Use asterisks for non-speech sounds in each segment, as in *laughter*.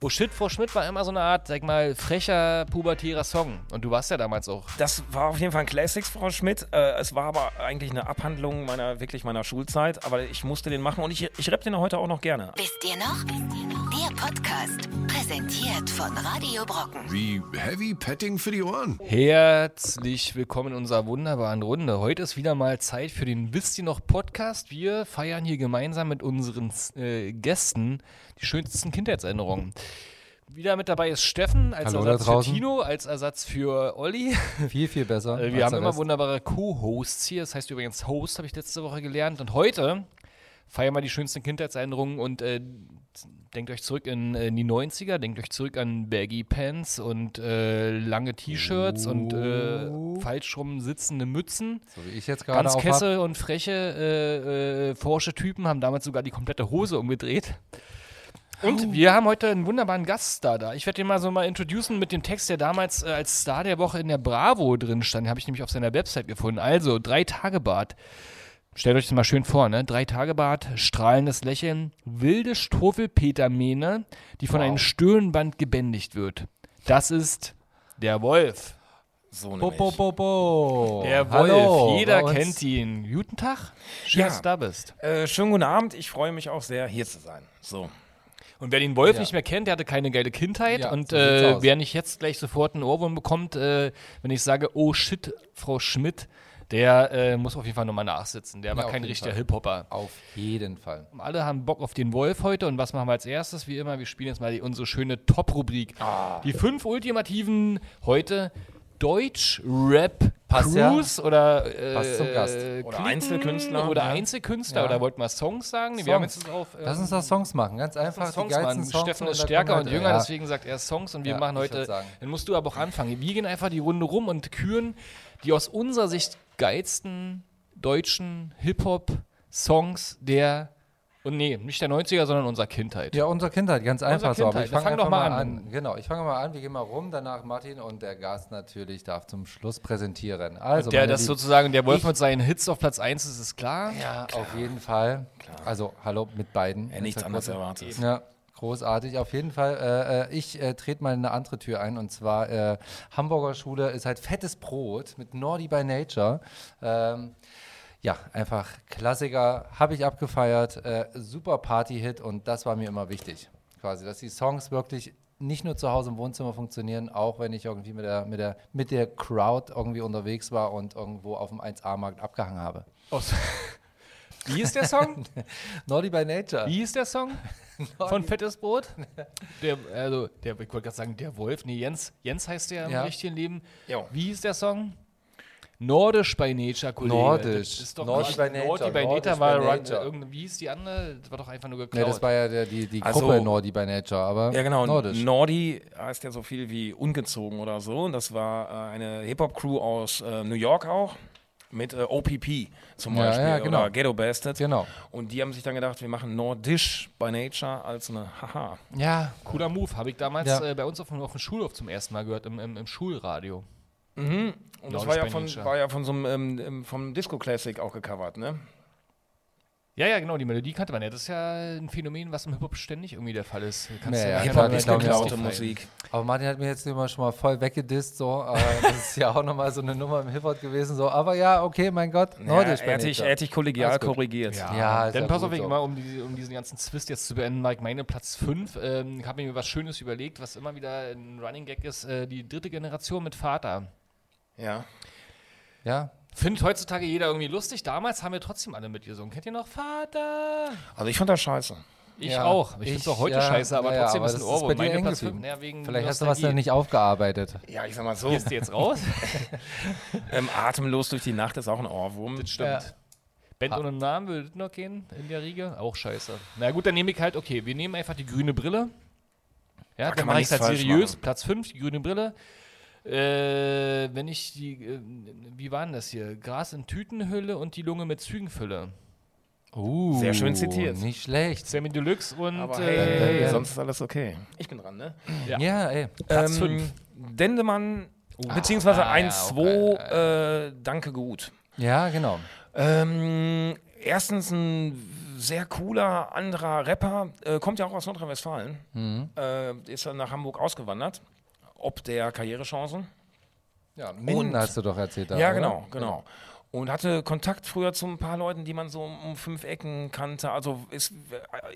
Bullshit vor Schmidt war immer so eine Art, sag mal, frecher, pubertärer Song. Und du warst ja damals auch. Das war auf jeden Fall ein Classics, Frau Schmidt. Äh, es war aber eigentlich eine Abhandlung meiner, wirklich meiner Schulzeit. Aber ich musste den machen und ich, ich rapp den heute auch noch gerne. Wisst ihr noch? Der Podcast, präsentiert von Radio Brocken. Wie Heavy Petting für die Ohren. Herzlich willkommen in unserer wunderbaren Runde. Heute ist wieder mal Zeit für den Wisst ihr noch Podcast. Wir feiern hier gemeinsam mit unseren äh, Gästen die schönsten Kindheitserinnerungen. Wieder mit dabei ist Steffen als Hallo da Ersatz für draußen. Tino, als Ersatz für Olli. Viel, viel besser. Äh, als Wir haben der immer Rest. wunderbare Co-Hosts hier. Das heißt übrigens Host, habe ich letzte Woche gelernt. Und heute feiern wir die schönsten Kindheitserinnerungen und äh, denkt euch zurück in, äh, in die 90er, denkt euch zurück an Baggy Pants und äh, lange T-Shirts und äh, falsch rum sitzende Mützen. So wie ich jetzt gerade Ganz auf kesse und freche, äh, äh, forsche Typen haben damals sogar die komplette Hose umgedreht. Und wir haben heute einen wunderbaren Gaststar da. Ich werde den mal so mal introducen mit dem Text, der damals äh, als Star der Woche in der Bravo drin stand. Den Habe ich nämlich auf seiner Website gefunden. Also, drei Tage Bart. Stellt euch das mal schön vor, ne? Drei Tage Bart, strahlendes Lächeln, wilde Strophelpetermähne, die von einem Stöhnband gebändigt wird. Das ist der Wolf. So Bo, nämlich. bo, bo, bo. Der Wolf, Hallo, jeder bei uns. kennt ihn. Guten Tag, schön, Ja. dass du da bist. Äh, schönen guten Abend. Ich freue mich auch sehr, hier zu sein. So. Und wer den Wolf Ja. nicht mehr kennt, der hatte keine geile Kindheit. Ja, und so sieht's äh, aus. wer nicht jetzt gleich sofort einen Ohrwurm bekommt, äh, wenn ich sage, oh shit, Frau Schmidt, der äh, muss auf jeden Fall nochmal nachsitzen. Der war auf kein jeden richtiger Fall. Hip-Hopper. Auf jeden Fall. Alle haben Bock auf den Wolf heute und was machen wir als erstes? Wie immer, wir spielen jetzt mal die, unsere schöne Top-Rubrik. Ah. Die fünf ultimativen heute Passt ja. Deutsch-Rap-Crews oder äh, Passt zum Gast. Oder Einzelkünstler. Oder Ja. Einzelkünstler Ja. oder wollten wir Songs sagen? Nee, Wir Songs. haben jetzt auf. äh, Lass uns da Songs machen, ganz einfach. die Songs geilsten machen. Songs Steffen ist da stärker kommen und halt- jünger, ja. deswegen sagt er Songs und wir Ja, machen ich würd heute. sagen. Dann musst du aber auch anfangen. Wir gehen einfach die Runde rum und küren die aus unserer Sicht geilsten deutschen Hip-Hop-Songs der. Und nee, nicht der 90er, sondern unserer Kindheit. Ja, unsere Kindheit, ganz einfach so. Kindheit. Aber ich Dann fange fang doch einfach mal mal an. an. Genau, ich fange mal an. Wir gehen mal rum, danach Martin und der Gast natürlich darf zum Schluss präsentieren. Also, der, meine das Lieben- sozusagen der Wolf mit seinen Hits auf Platz 1 ist, ist klar. Ja, auf jeden Fall. Also, hallo mit beiden. Wer nichts Ist ja anderes groß- erwartet. Ja, großartig. Auf jeden Fall. Äh, äh, ich äh, trete mal in eine andere Tür ein und zwar äh, Hamburger Schule ist halt fettes Brot mit Nordi by Nature. Ähm, ja, einfach Klassiker, habe ich abgefeiert, äh, super Party-Hit und das war mir immer wichtig, quasi, dass die Songs wirklich nicht nur zu Hause im Wohnzimmer funktionieren, auch wenn ich irgendwie mit der, mit der, mit der Crowd irgendwie unterwegs war und irgendwo auf dem 1A-Markt abgehangen habe. Aus- Wie ist der *laughs* Song? Naughty by Nature. Wie ist der *laughs* Song? Von Fettes Brot? *laughs* Der, also, der, ich wollte gerade sagen, der Wolf. Nee, Jens, Jens heißt der im Ja. richtigen Leben. Jo. Wie ist der Song? Nordisch bei Nature, Kollege. Nordisch. Das ist doch Nordisch bei Nature. by Nature. Nordisch bei Nordisch Nature by war Nature. Nature. Irgendwie, wie hieß die andere? Das war doch einfach nur Ne, geklaut. das war ja der, die, die Also- Gruppe Nordi by Nature, aber Ja, genau. nordisch. Nordi heißt ja so viel wie ungezogen oder so. Und das war äh, eine Hip-Hop-Crew aus äh, New York auch. Mit äh, OPP zum Ja, Beispiel ja, genau. oder Ghetto Bastards. Genau. Und die haben sich dann gedacht, wir machen Nordisch by Nature als eine Haha. ja, Cooler Move. Habe ich damals Ja. äh, bei uns auf, dem- auf dem Schulhof zum ersten Mal gehört, im, im, im Schulradio. Und das Nordisch war ja, by von, Nature. war ja von so einem ähm, ähm, vom Disco Classic auch gecovert, ne? Ja, ja, genau, die Melodie kannte man ja. Das ist ja ein Phänomen, was im Hip-Hop ständig irgendwie der Fall ist. Ja, ja, einfach klar, nicht ich glaube, ganz ja, geklaute auch. aufhalten. Musik. aber Martin hat mir jetzt immer schon mal voll weggedisst, so. Äh, *laughs* das ist ja auch nochmal so eine Nummer im Hip-Hop gewesen, so. Aber ja, okay, mein Gott, Oh, nordisch ja, by er hat dich, Nature. er hat dich kollegial Alles gut. korrigiert. Ja, Ja, ist dann ja pass gut auf, ich so. mal, um, die, um diesen ganzen Zwist jetzt zu beenden, Mike, meine Platz 5. Ähm, ich habe mir was Schönes überlegt, was immer wieder ein Running Gag ist: äh, die dritte Generation mit Vater. ja. ja, Findet heutzutage jeder irgendwie lustig. Damals haben wir trotzdem alle mitgesungen. Kennt ihr noch Vater? Also ich fand das scheiße. Ich Ja, auch. Ich, find's ich- auch heute ja, scheiße, aber naja, trotzdem aber ist ein das ist Ohrwurm. bei dir Meine hängen Platz 5. geblieben. Naja, wegen vielleicht hast du was noch Nostalgie. nicht aufgearbeitet. Ja, ich sag mal so. Gehst du jetzt raus? Ähm, atemlos durch die Nacht ist auch ein Ohrwurm. das stimmt. Band ohne Namen würde das noch gehen in der Riege. Auch scheiße. Na gut, dann nehme ich halt, okay, wir nehmen einfach die grüne Brille. Ja, kann dann mache man ich nichts es halt falsch seriös. machen. Platz 5, die grüne Brille. Äh, wenn ich die, äh, wie waren das hier? Gras in Tütenhülle und die Lunge mit Zügenfülle. Uh, Sehr schön zitiert. Nicht schlecht. Sammy Deluxe und Aber äh, hey, hey, äh, sonst ist alles okay. Ich bin dran, ne? Ja. Ja, ey. Platz Ähm, 5. Dendemann, beziehungsweise ah, ja, 1-2, äh, danke gut. Ja, genau. Ähm, erstens ein sehr cooler anderer Rapper, äh, kommt ja auch aus Nordrhein-Westfalen, äh, ist dann nach Hamburg ausgewandert, ob der Karrierechancen. Ja, Minden Und- hast du doch erzählt. da, ja, oder? genau, genau. Und hatte Kontakt früher zu ein paar Leuten, die man so um fünf Ecken kannte. Also ist,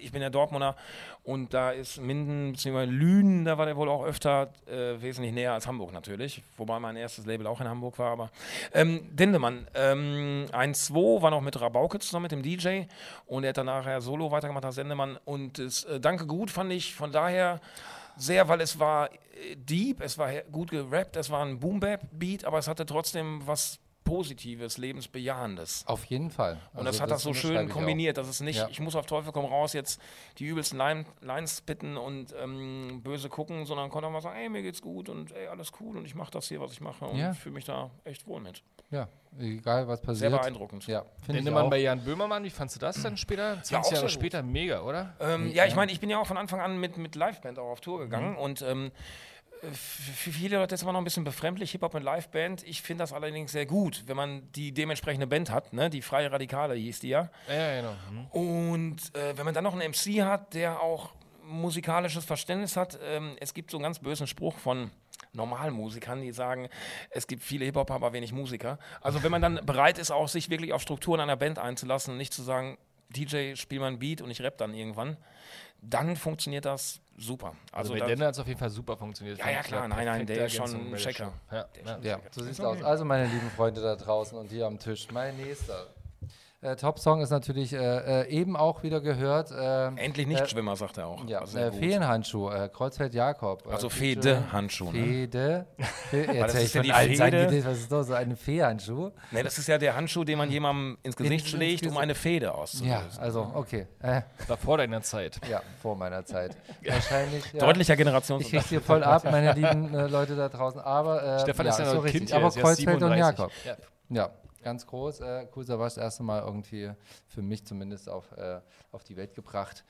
ich bin ja Dortmunder und da ist Minden bzw. Lünen, da war der wohl auch öfter äh, wesentlich näher als Hamburg natürlich. Wobei mein erstes Label auch in Hamburg war, aber ähm, Dindemann, ähm, 1-2 war noch mit Rabauke zusammen mit dem DJ und er hat dann nachher Solo weitergemacht als Dendemann. Und das äh, Danke gut fand ich von daher sehr, weil es war äh, deep, es war he- gut gerappt, es war ein Boom-Bap-Beat, aber es hatte trotzdem was Positives, Lebensbejahendes. Auf jeden Fall. Also Und das hat das so schön kombiniert, dass es nicht, Ja. ich muss auf Teufel komm raus jetzt die übelsten Line, Lines bitten und ähm, böse gucken, sondern konnte auch mal sagen, ey, mir geht's gut und ey, alles cool und ich mache das hier, was ich mache und Ja. fühle mich da echt wohl mit. Ja, egal was passiert. Sehr beeindruckend. Ja, finde ich Dendemann auch. bei Jan Böhmermann, wie fandst du das dann später? 20 sehr Jahre gut. später, mega, oder? Ähm, ja, ich meine, ich bin ja auch von Anfang an mit, mit Liveband auch auf Tour gegangen und ähm, für viele Leute ist immer noch ein bisschen befremdlich, Hip-Hop mit Liveband. Ich finde das allerdings sehr gut, wenn man die dementsprechende Band hat, ne? die Freie Radikale hieß die ja. Ja, ja, genau. Und äh, wenn man dann noch einen MC hat, der auch musikalisches Verständnis hat, ähm, es gibt so einen ganz bösen Spruch von Normalmusikern, die sagen, es gibt viele Hip-Hop, aber wenig Musiker. Also wenn man *laughs* dann bereit ist, auch sich wirklich auf Strukturen einer Band einzulassen und nicht zu sagen, DJ, spiel mal einen Beat und ich rap dann irgendwann, dann funktioniert das super. Also, Also, bei das, Dendemann hat es auf jeden Fall super funktioniert. Ja, Fand ja, ich klar, eine nein, nein, perfekte der ist schon Ergänzung ein bei der Checker. Show. Ja, ja. Ja, so sieht's aus. Also, meine lieben Freunde da draußen und hier am Tisch, mein nächster. Äh, Top-Song ist natürlich äh, äh, eben auch wieder gehört. Äh, endlich nicht Schwimmer, sagt er auch. ja, Also sehr äh, gut. Feenhandschuh, äh, Kreuzfeld Jakob. Äh, Also featuring- Fede-Handschuh, ne? *laughs* Fede. Fe das Erzähl ist ich ja von die allen Fede. Seiten, die- was ist doch so ein Feehandschuh? Nee, Ne, das ist ja der Handschuh, den man jemandem ins Gesicht ins schlägt, um Gesicht. eine Fehde Ja, auszulösen. also, okay. Äh, War vor deiner Zeit. ja, vor *laughs* meiner Zeit. Wahrscheinlich. Ja. Deutlicher Ich krieg's Generationsunterschied. *laughs* hier voll ab, meine lieben äh, Leute da draußen. Aber äh, Stefan ist ja noch so ein Kind richtig. hier, Aber ist erst Kreuzfeld und 37. Jakob. Ja, ganz groß. Äh, Cruiser war das erste Mal irgendwie für mich zumindest auf, äh, auf die Welt gebracht.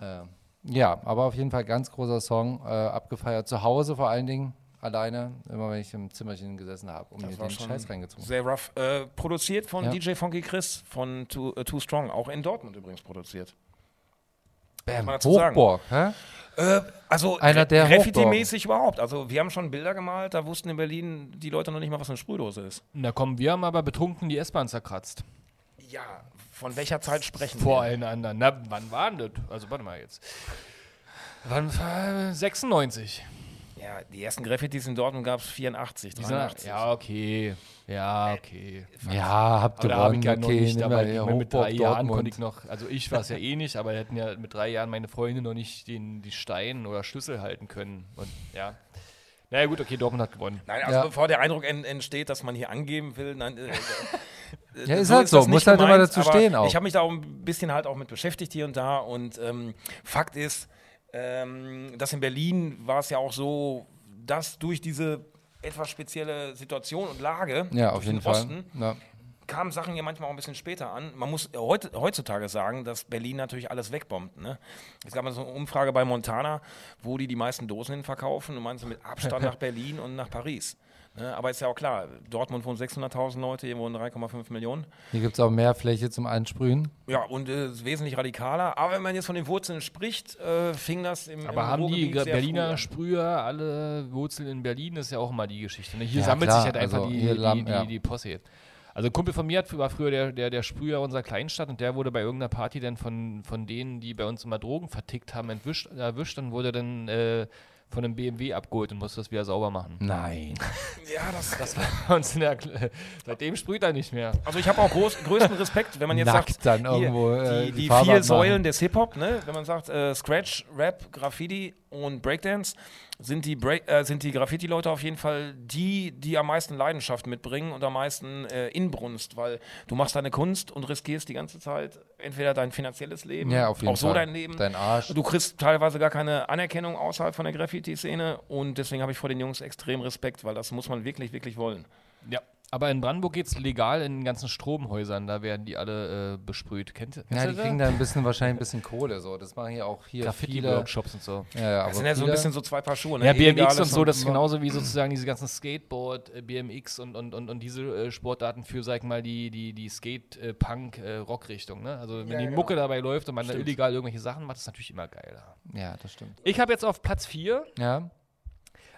Äh, ja, aber auf jeden Fall ganz großer Song, äh, abgefeiert. Zu Hause vor allen Dingen, alleine, immer wenn ich im Zimmerchen gesessen habe und mir war den schon Scheiß reingezogen. Sehr rough. Äh, produziert von Ja. DJ Funky Chris von Too, äh, Too Strong, auch in Dortmund übrigens produziert. Bam, man dazu sagen. Hochburg, hä? Also Einer Gra- der Graffiti-mäßig überhaupt. Also wir haben schon Bilder gemalt, da wussten in Berlin die Leute noch nicht mal, was eine Sprühdose ist. Na komm, wir haben aber betrunken die S-Bahn zerkratzt. Ja, von welcher Zeit sprechen Vor wir? allen anderen. Na, wann war denn das? Also, warte mal jetzt. Wann war 96? Ja, die ersten Graffitis in Dortmund gab es 84, Die sind- 83. Ja, okay. Ja, okay. Ja, habt Äh, Aber da habe ich ja noch nicht dabei. Ich meine, mit drei Jahren konnte ich noch. noch, also ich war es ja eh nicht, aber hätten ja mit drei Jahren meine Freunde noch nicht den, die Stein oder Schlüssel halten können. Und ja. Naja, gut, okay, Dortmund hat gewonnen. Nein, also Ja. bevor der Eindruck en entsteht, dass man hier angeben will, nein, *laughs* äh, Ja, ist halt so, das muss nicht halt immer gemeint, dazu aber stehen auch. Ich habe mich da auch ein bisschen halt auch mit beschäftigt hier und da und ähm, Fakt ist, ähm, dass in Berlin war es ja auch so, dass durch diese etwas spezielle Situation und Lage Ja, auf durch jeden den Fall. Osten Ja. kamen Sachen ja manchmal auch ein bisschen später an. Man muss heut, heutzutage sagen, dass Berlin natürlich alles wegbombt. Ne? Es gab mal so eine Umfrage bei Montana, wo die die meisten Dosen hin verkaufen und meinst mit *laughs* Abstand nach Berlin und nach Paris. Ne? Aber ist ja auch klar, Dortmund wohnen 600.000 Leute, hier wohnen 3,5 Millionen. Hier gibt es auch mehr Fläche zum Ansprühen. Ja, und äh, ist wesentlich radikaler. Aber wenn man jetzt von den Wurzeln spricht, äh, fing das im Aber im haben die Ruhrgebiet Gra- sehr früh Berliner an. Sprüher alle Wurzeln in Berlin? Das ist ja auch immer die Geschichte. Ne? Hier Ja, sammelt klar, sich halt einfach also die, hier die, lam- die, ja. die Posse jetzt. Also ein Kumpel von mir hat, war früher der, der, der Sprüher unserer Kleinstadt und der wurde bei irgendeiner Party dann von, von denen, die bei uns immer Drogen vertickt haben, entwischt, erwischt und wurde dann äh, von einem BMW abgeholt und musste das wieder sauber machen. *laughs* Nein. Ja, das, das Bei uns in der Kle- Seitdem sprüht er nicht mehr. Also ich habe auch groß, größten Respekt, wenn man jetzt Nackt sagt, dann irgendwo, äh, die, die die, Farbe vier abmachen. Säulen des Hip-Hop, ne? wenn man sagt, äh, Scratch, Rap, Graffiti und Breakdance, sind die, Break, äh, sind die Graffiti-Leute auf jeden Fall die, die am meisten Leidenschaft mitbringen und am meisten äh, Inbrunst, weil du machst deine Kunst und riskierst die ganze Zeit entweder dein finanzielles Leben, Ja, auf jeden Ne? auch so Fall. dein Leben. Dein Arsch. Du kriegst teilweise gar keine Anerkennung außerhalb von der Graffiti-Szene und deswegen habe ich vor den Jungs extrem Respekt, weil das muss man wirklich, wirklich wollen. Ja. Aber in Brandenburg geht es legal in den ganzen Stromhäusern, da werden die alle äh, besprüht. Kennt, kennst Ja, du die das? kriegen da ein bisschen, wahrscheinlich ein bisschen Kohle. So. Das machen ja auch hier viele. Graffiti-Workshops und so. Ja, ja, aber Das sind ja so ein viele- bisschen so zwei Paar Schuhe. Ne? Ja, BMX Illegales und so, das ne? ist genau- genauso wie sozusagen diese ganzen Skateboard, äh, BMX und, und, und, und diese äh, Sportarten für, sag ich mal, die, die, äh, die Skate-Punk-Rock-Richtung. Ne? Also wenn die Mucke dabei läuft und man da illegal irgendwelche Sachen macht, ist natürlich immer geiler. Ja, das stimmt. Ich habe jetzt auf Platz 4, Ja,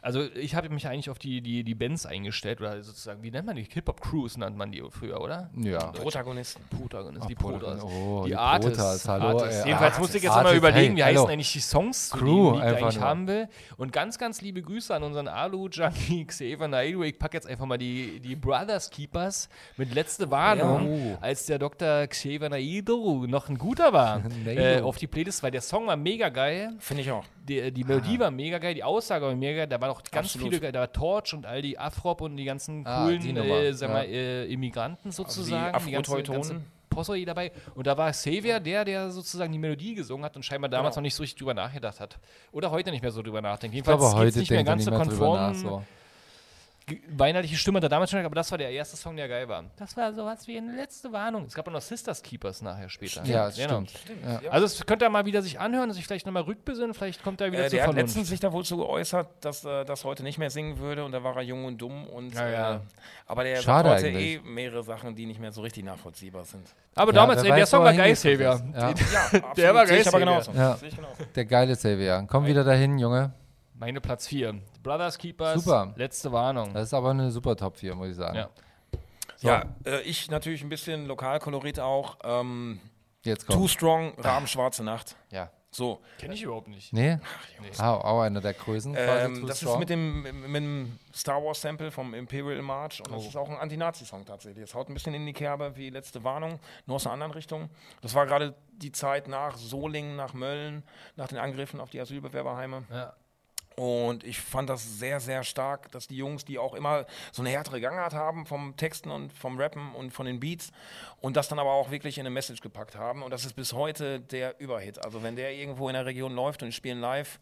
also ich habe mich eigentlich auf die, die, die Bands eingestellt, oder sozusagen, wie nennt man die? Hip-Hop-Crews nannte man die früher, oder? ja. Protagonisten. Protagonist, die Ach, Protagon- Protas. oh, die die Artists. Protas, hallo, Artists. ey, Jedenfalls Artists, musste ich jetzt mal Artists, überlegen, hey, wie heißen hallo. eigentlich die Songs, zu Crew denen ich einfach eigentlich nur. haben will. Und ganz, ganz liebe Grüße an unseren Alu-Junkie *laughs* Xavier Naidoo. Ich packe jetzt einfach mal die, die Brothers Keepers mit letzte Warnung, Ja. als der Dr. Xavier Naidoo noch ein guter war äh, *laughs* Naidoo. auf die Playlist, weil der Song war mega geil. Finde ich auch. Die, Ah. die Melodie war mega geil, die Aussage war mega geil. Da waren auch ganz Absolut. viele, geil- da war Torch und all die Afrop und die ganzen Ah, coolen die Nummer, äh, sag ja. Also mal, äh, Immigranten sozusagen. die ganze- Afro-Teutonen. ganze Posse dabei. Und da war Xavier der, der sozusagen die Melodie gesungen hat und scheinbar damals Genau. noch nicht so richtig drüber nachgedacht hat. Oder heute nicht mehr so drüber nachdenkt. Ich glaube, geht's heute denkt er nicht mehr drüber konform nach. So. ge- Weinerliche Stimme hat er damals schon, gehabt, aber das war der erste Song, der geil war. Das war sowas wie eine letzte Warnung. Es gab auch noch Sisters Keepers nachher später. Ja, das stimmt. Äh, Also es könnt ihr mal wieder sich anhören, sich vielleicht nochmal rückbesinnen, vielleicht kommt da wieder Äh, zu der hat Vernunft. letztens sich da wohl zu geäußert, dass er das heute nicht mehr singen würde und da war er jung und dumm. Und, Ja, ja. Äh, aber der Schade sagt heute eh eigentlich. mehrere Sachen, die nicht mehr so richtig *laughs* nachvollziehbar sind. Aber Ja, damals, wer ey, der weiß, Song wo war er geil, hingeführt Xavier. ist. Ja. *laughs* Der war Sehe ich geil, Silvia. aber genauso. Ja. Sehe ich genauso. Der geile Xavier. Komm wieder dahin, Junge. Meine Platz 4. Brothers Keepers, Super. Äh, letzte Warnung. Das ist aber eine super Top 4, muss ich sagen. Ja. Ja, äh, ich natürlich ein bisschen lokal koloriert auch. Ähm, Jetzt Too kommt. Strong, Rahmen Schwarze Nacht. Ja. So, Kenne ich überhaupt nicht. Nee? Ah, auch einer der Größen. quasi, ähm, Too das ist Strong. mit dem, mit dem Star Wars Sample vom Imperial March und das ist auch ein Anti-Nazi-Song tatsächlich. Es haut ein bisschen in die Kerbe wie letzte Warnung, nur aus einer anderen Richtung. Das war gerade die Zeit nach Solingen, nach Mölln, nach den Angriffen auf die Asylbewerberheime. Ja. Und ich fand das sehr, sehr stark, dass die Jungs, die auch immer so eine härtere Gangart haben vom Texten und vom Rappen und von den Beats und das dann aber auch wirklich in eine Message gepackt haben. Und das ist bis heute der Überhit. Also wenn der irgendwo in der Region läuft und die spielen live,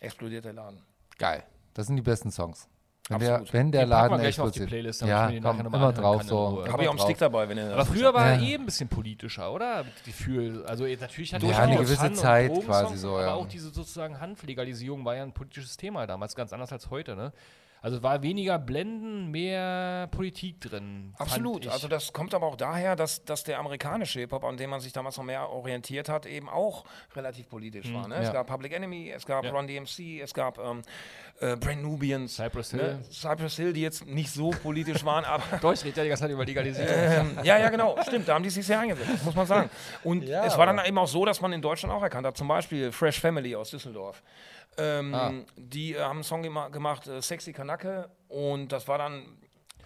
explodiert der Laden. Geil. Das sind die besten Songs. Wenn der, Absolut. wenn der Den packen wir Laden gleich mal auf die explodiert. Playlist, damit ich ja, mir den komm, nachher nochmal immer anhören drauf kann in so. Ruhe. Immer Habe ich auch einen drauf. Stick dabei, wenn ihr Aber früher war er Ja. eh ein bisschen politischer, oder? Das Gefühl, also eh, natürlich hat Ja, durchaus eine gewisse Hand- und Zeit Drogensongs, quasi so, aber ja. auch diese sozusagen Handlegalisierung war ja ein politisches Thema damals, ganz anders als heute, ne? Also war weniger Blenden, mehr Politik drin. fand Absolut. ich. Also das kommt aber auch daher, dass, dass der amerikanische Hip-Hop, an dem man sich damals noch mehr orientiert hat, eben auch relativ politisch war. Ne? ja. Es gab Public Enemy, es gab Run DMC, es gab ähm, äh, Brand Nubians, Cypress ne? Hill. Cypress Hill, die jetzt nicht so politisch waren, *laughs* aber Deutsch redet ja die ganze Zeit über Legalisierung. ähm, ja, ja, genau, stimmt, da haben die sich sehr eingesetzt, muss man sagen. Und es war dann eben auch so, dass man in Deutschland auch erkannt hat, zum Beispiel Fresh Family aus Düsseldorf. Ähm, Ah. Die äh, haben einen Song gema gemacht, äh, Sexy Kanacke, und das war dann,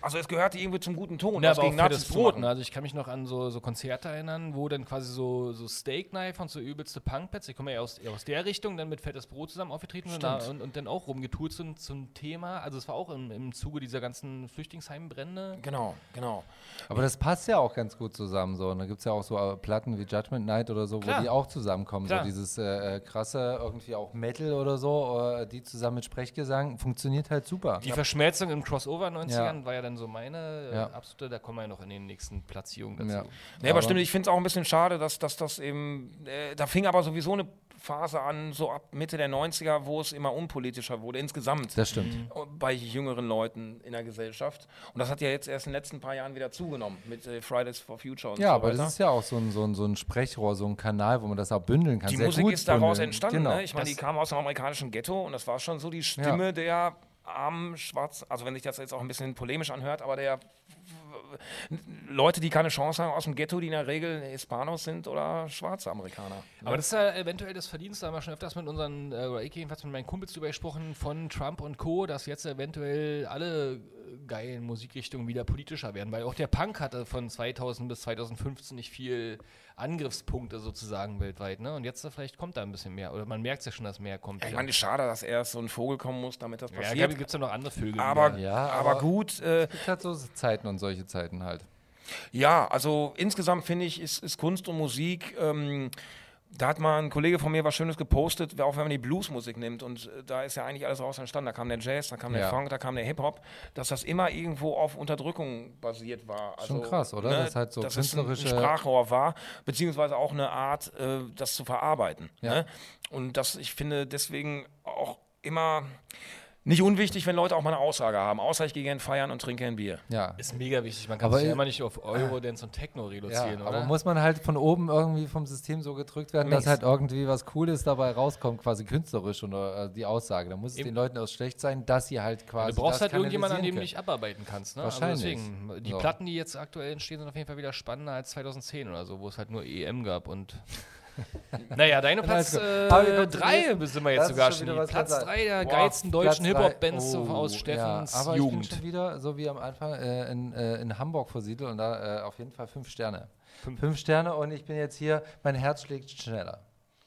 also es gehörte irgendwie zum guten Ton, Ja, das aber auch gegen für Nazis das zu Brot. machen. Ne? Also ich kann mich noch an so, so Konzerte erinnern, wo dann quasi so, so Steak Knife und so übelste Punkpads, ich komme ja eher aus, eher aus der Richtung, dann mit Fettes Brot zusammen aufgetreten sind da- und, und dann auch rumgetourt sind zum Thema. Also es war auch im, im Zuge dieser ganzen Flüchtlingsheimbrände. Genau, genau. Aber das passt ja auch ganz gut zusammen so. Und da gibt es ja auch so äh, Platten wie Judgment Night oder so, Klar. wo die auch zusammenkommen. Klar. So dieses äh, äh, krasse, irgendwie auch Metal oder so, äh, die zusammen mit Sprechgesang, funktioniert halt super. Die Verschmelzung im Crossover in den 90ern Ja. war ja dann so meine äh, Ja. absolute, da kommen wir ja noch in den nächsten Platzierungen dazu. Ja. Nee, aber, stimmt, ich finde es auch ein bisschen schade, dass, dass das eben, äh, da fing aber sowieso eine Phase an, so ab Mitte der 90er, wo es immer unpolitischer wurde, insgesamt. Das stimmt. bei jüngeren Leuten in der Gesellschaft. Und das hat ja jetzt erst in den letzten paar Jahren wieder zugenommen mit äh, Fridays for Future und Ja, so aber weiter. das ist ja auch so ein, so, ein, so ein Sprechrohr, so ein Kanal, wo man das auch bündeln kann. die Sehr Musik gut ist daraus bündeln. entstanden. Genau. Ne? Ich meine, die kam aus dem amerikanischen Ghetto und das war schon so die Stimme der armen Schwarzen, also wenn sich das jetzt auch ein bisschen polemisch anhört, aber der Leute, die keine Chance haben aus dem Ghetto, die in der Regel Hispanos sind oder schwarze Amerikaner. Aber das ist ja eventuell das Verdienst, da haben wir schon öfters mit unseren, äh, oder ich jedenfalls mit meinen Kumpels drüber gesprochen, von Trump und Co., dass jetzt eventuell alle äh, geilen Musikrichtungen wieder politischer werden, weil auch der Punk hatte von 2000 bis 2015 nicht viel Angriffspunkte sozusagen weltweit, ne? Und jetzt äh, vielleicht kommt da ein bisschen mehr, oder man merkt ja schon, dass mehr kommt. Ja, ich wieder. meine, es ist schade, dass erst so ein Vogel kommen muss, damit das ja, passiert. gibt es ja noch andere Vögel. aber, wieder. genau. Ja, aber aber- gut, äh, Es gibt halt so Zeiten und solche Zeiten halt. Ja, also insgesamt finde ich, ist, ist Kunst und Musik ähm, da hat mal ein Kollege von mir was Schönes gepostet, auch wenn man die Bluesmusik nimmt und äh, da ist ja eigentlich alles raus entstanden. Da kam der Jazz, da kam der Ja. Funk, da kam der Hip-Hop, dass das immer irgendwo auf Unterdrückung basiert war. Also, Schon krass, oder? Dass halt so dass es ein, ein künstlerische- Sprachrohr war, beziehungsweise auch eine Art, äh, das zu verarbeiten. Ja. Ne? Und das, ich finde deswegen auch immer nicht unwichtig, wenn Leute auch mal eine Aussage haben. Außer ich gehe gerne feiern und trinke ein Bier. Ja. Ist mega wichtig. Man kann Aber sich ja ich- immer nicht auf Eurodance und Techno reduzieren, ja, oder? aber muss man halt von oben irgendwie vom System so gedrückt werden, dass Mix. halt irgendwie was Cooles dabei rauskommt, quasi künstlerisch oder äh, die Aussage. Da muss es den Leuten auch schlecht sein, dass sie halt quasi. du brauchst das halt irgendjemanden, an dem du dich kanalisieren abarbeiten kannst. Ne? Wahrscheinlich. deswegen, die So. Platten, die jetzt aktuell entstehen, sind auf jeden Fall wieder spannender als 2010 oder so, wo es halt nur EM gab *laughs* und. naja, deine Platz gut. Aber wir äh, kommen zum 3 nächsten. bist immer Das jetzt ist sogar schon schon. wieder die was Platz ganz 3 der Boah, geilsten Platz deutschen Hip-Hop-Bands drei. so aus Oh, Steffens ja, aber Jugend. Ich bin schon wieder, so wie am Anfang, äh, in, äh, in Hamburg versiedelt und da äh, auf jeden Fall fünf Sterne. Fünf. Sterne und ich bin jetzt hier, mein Herz schlägt schneller.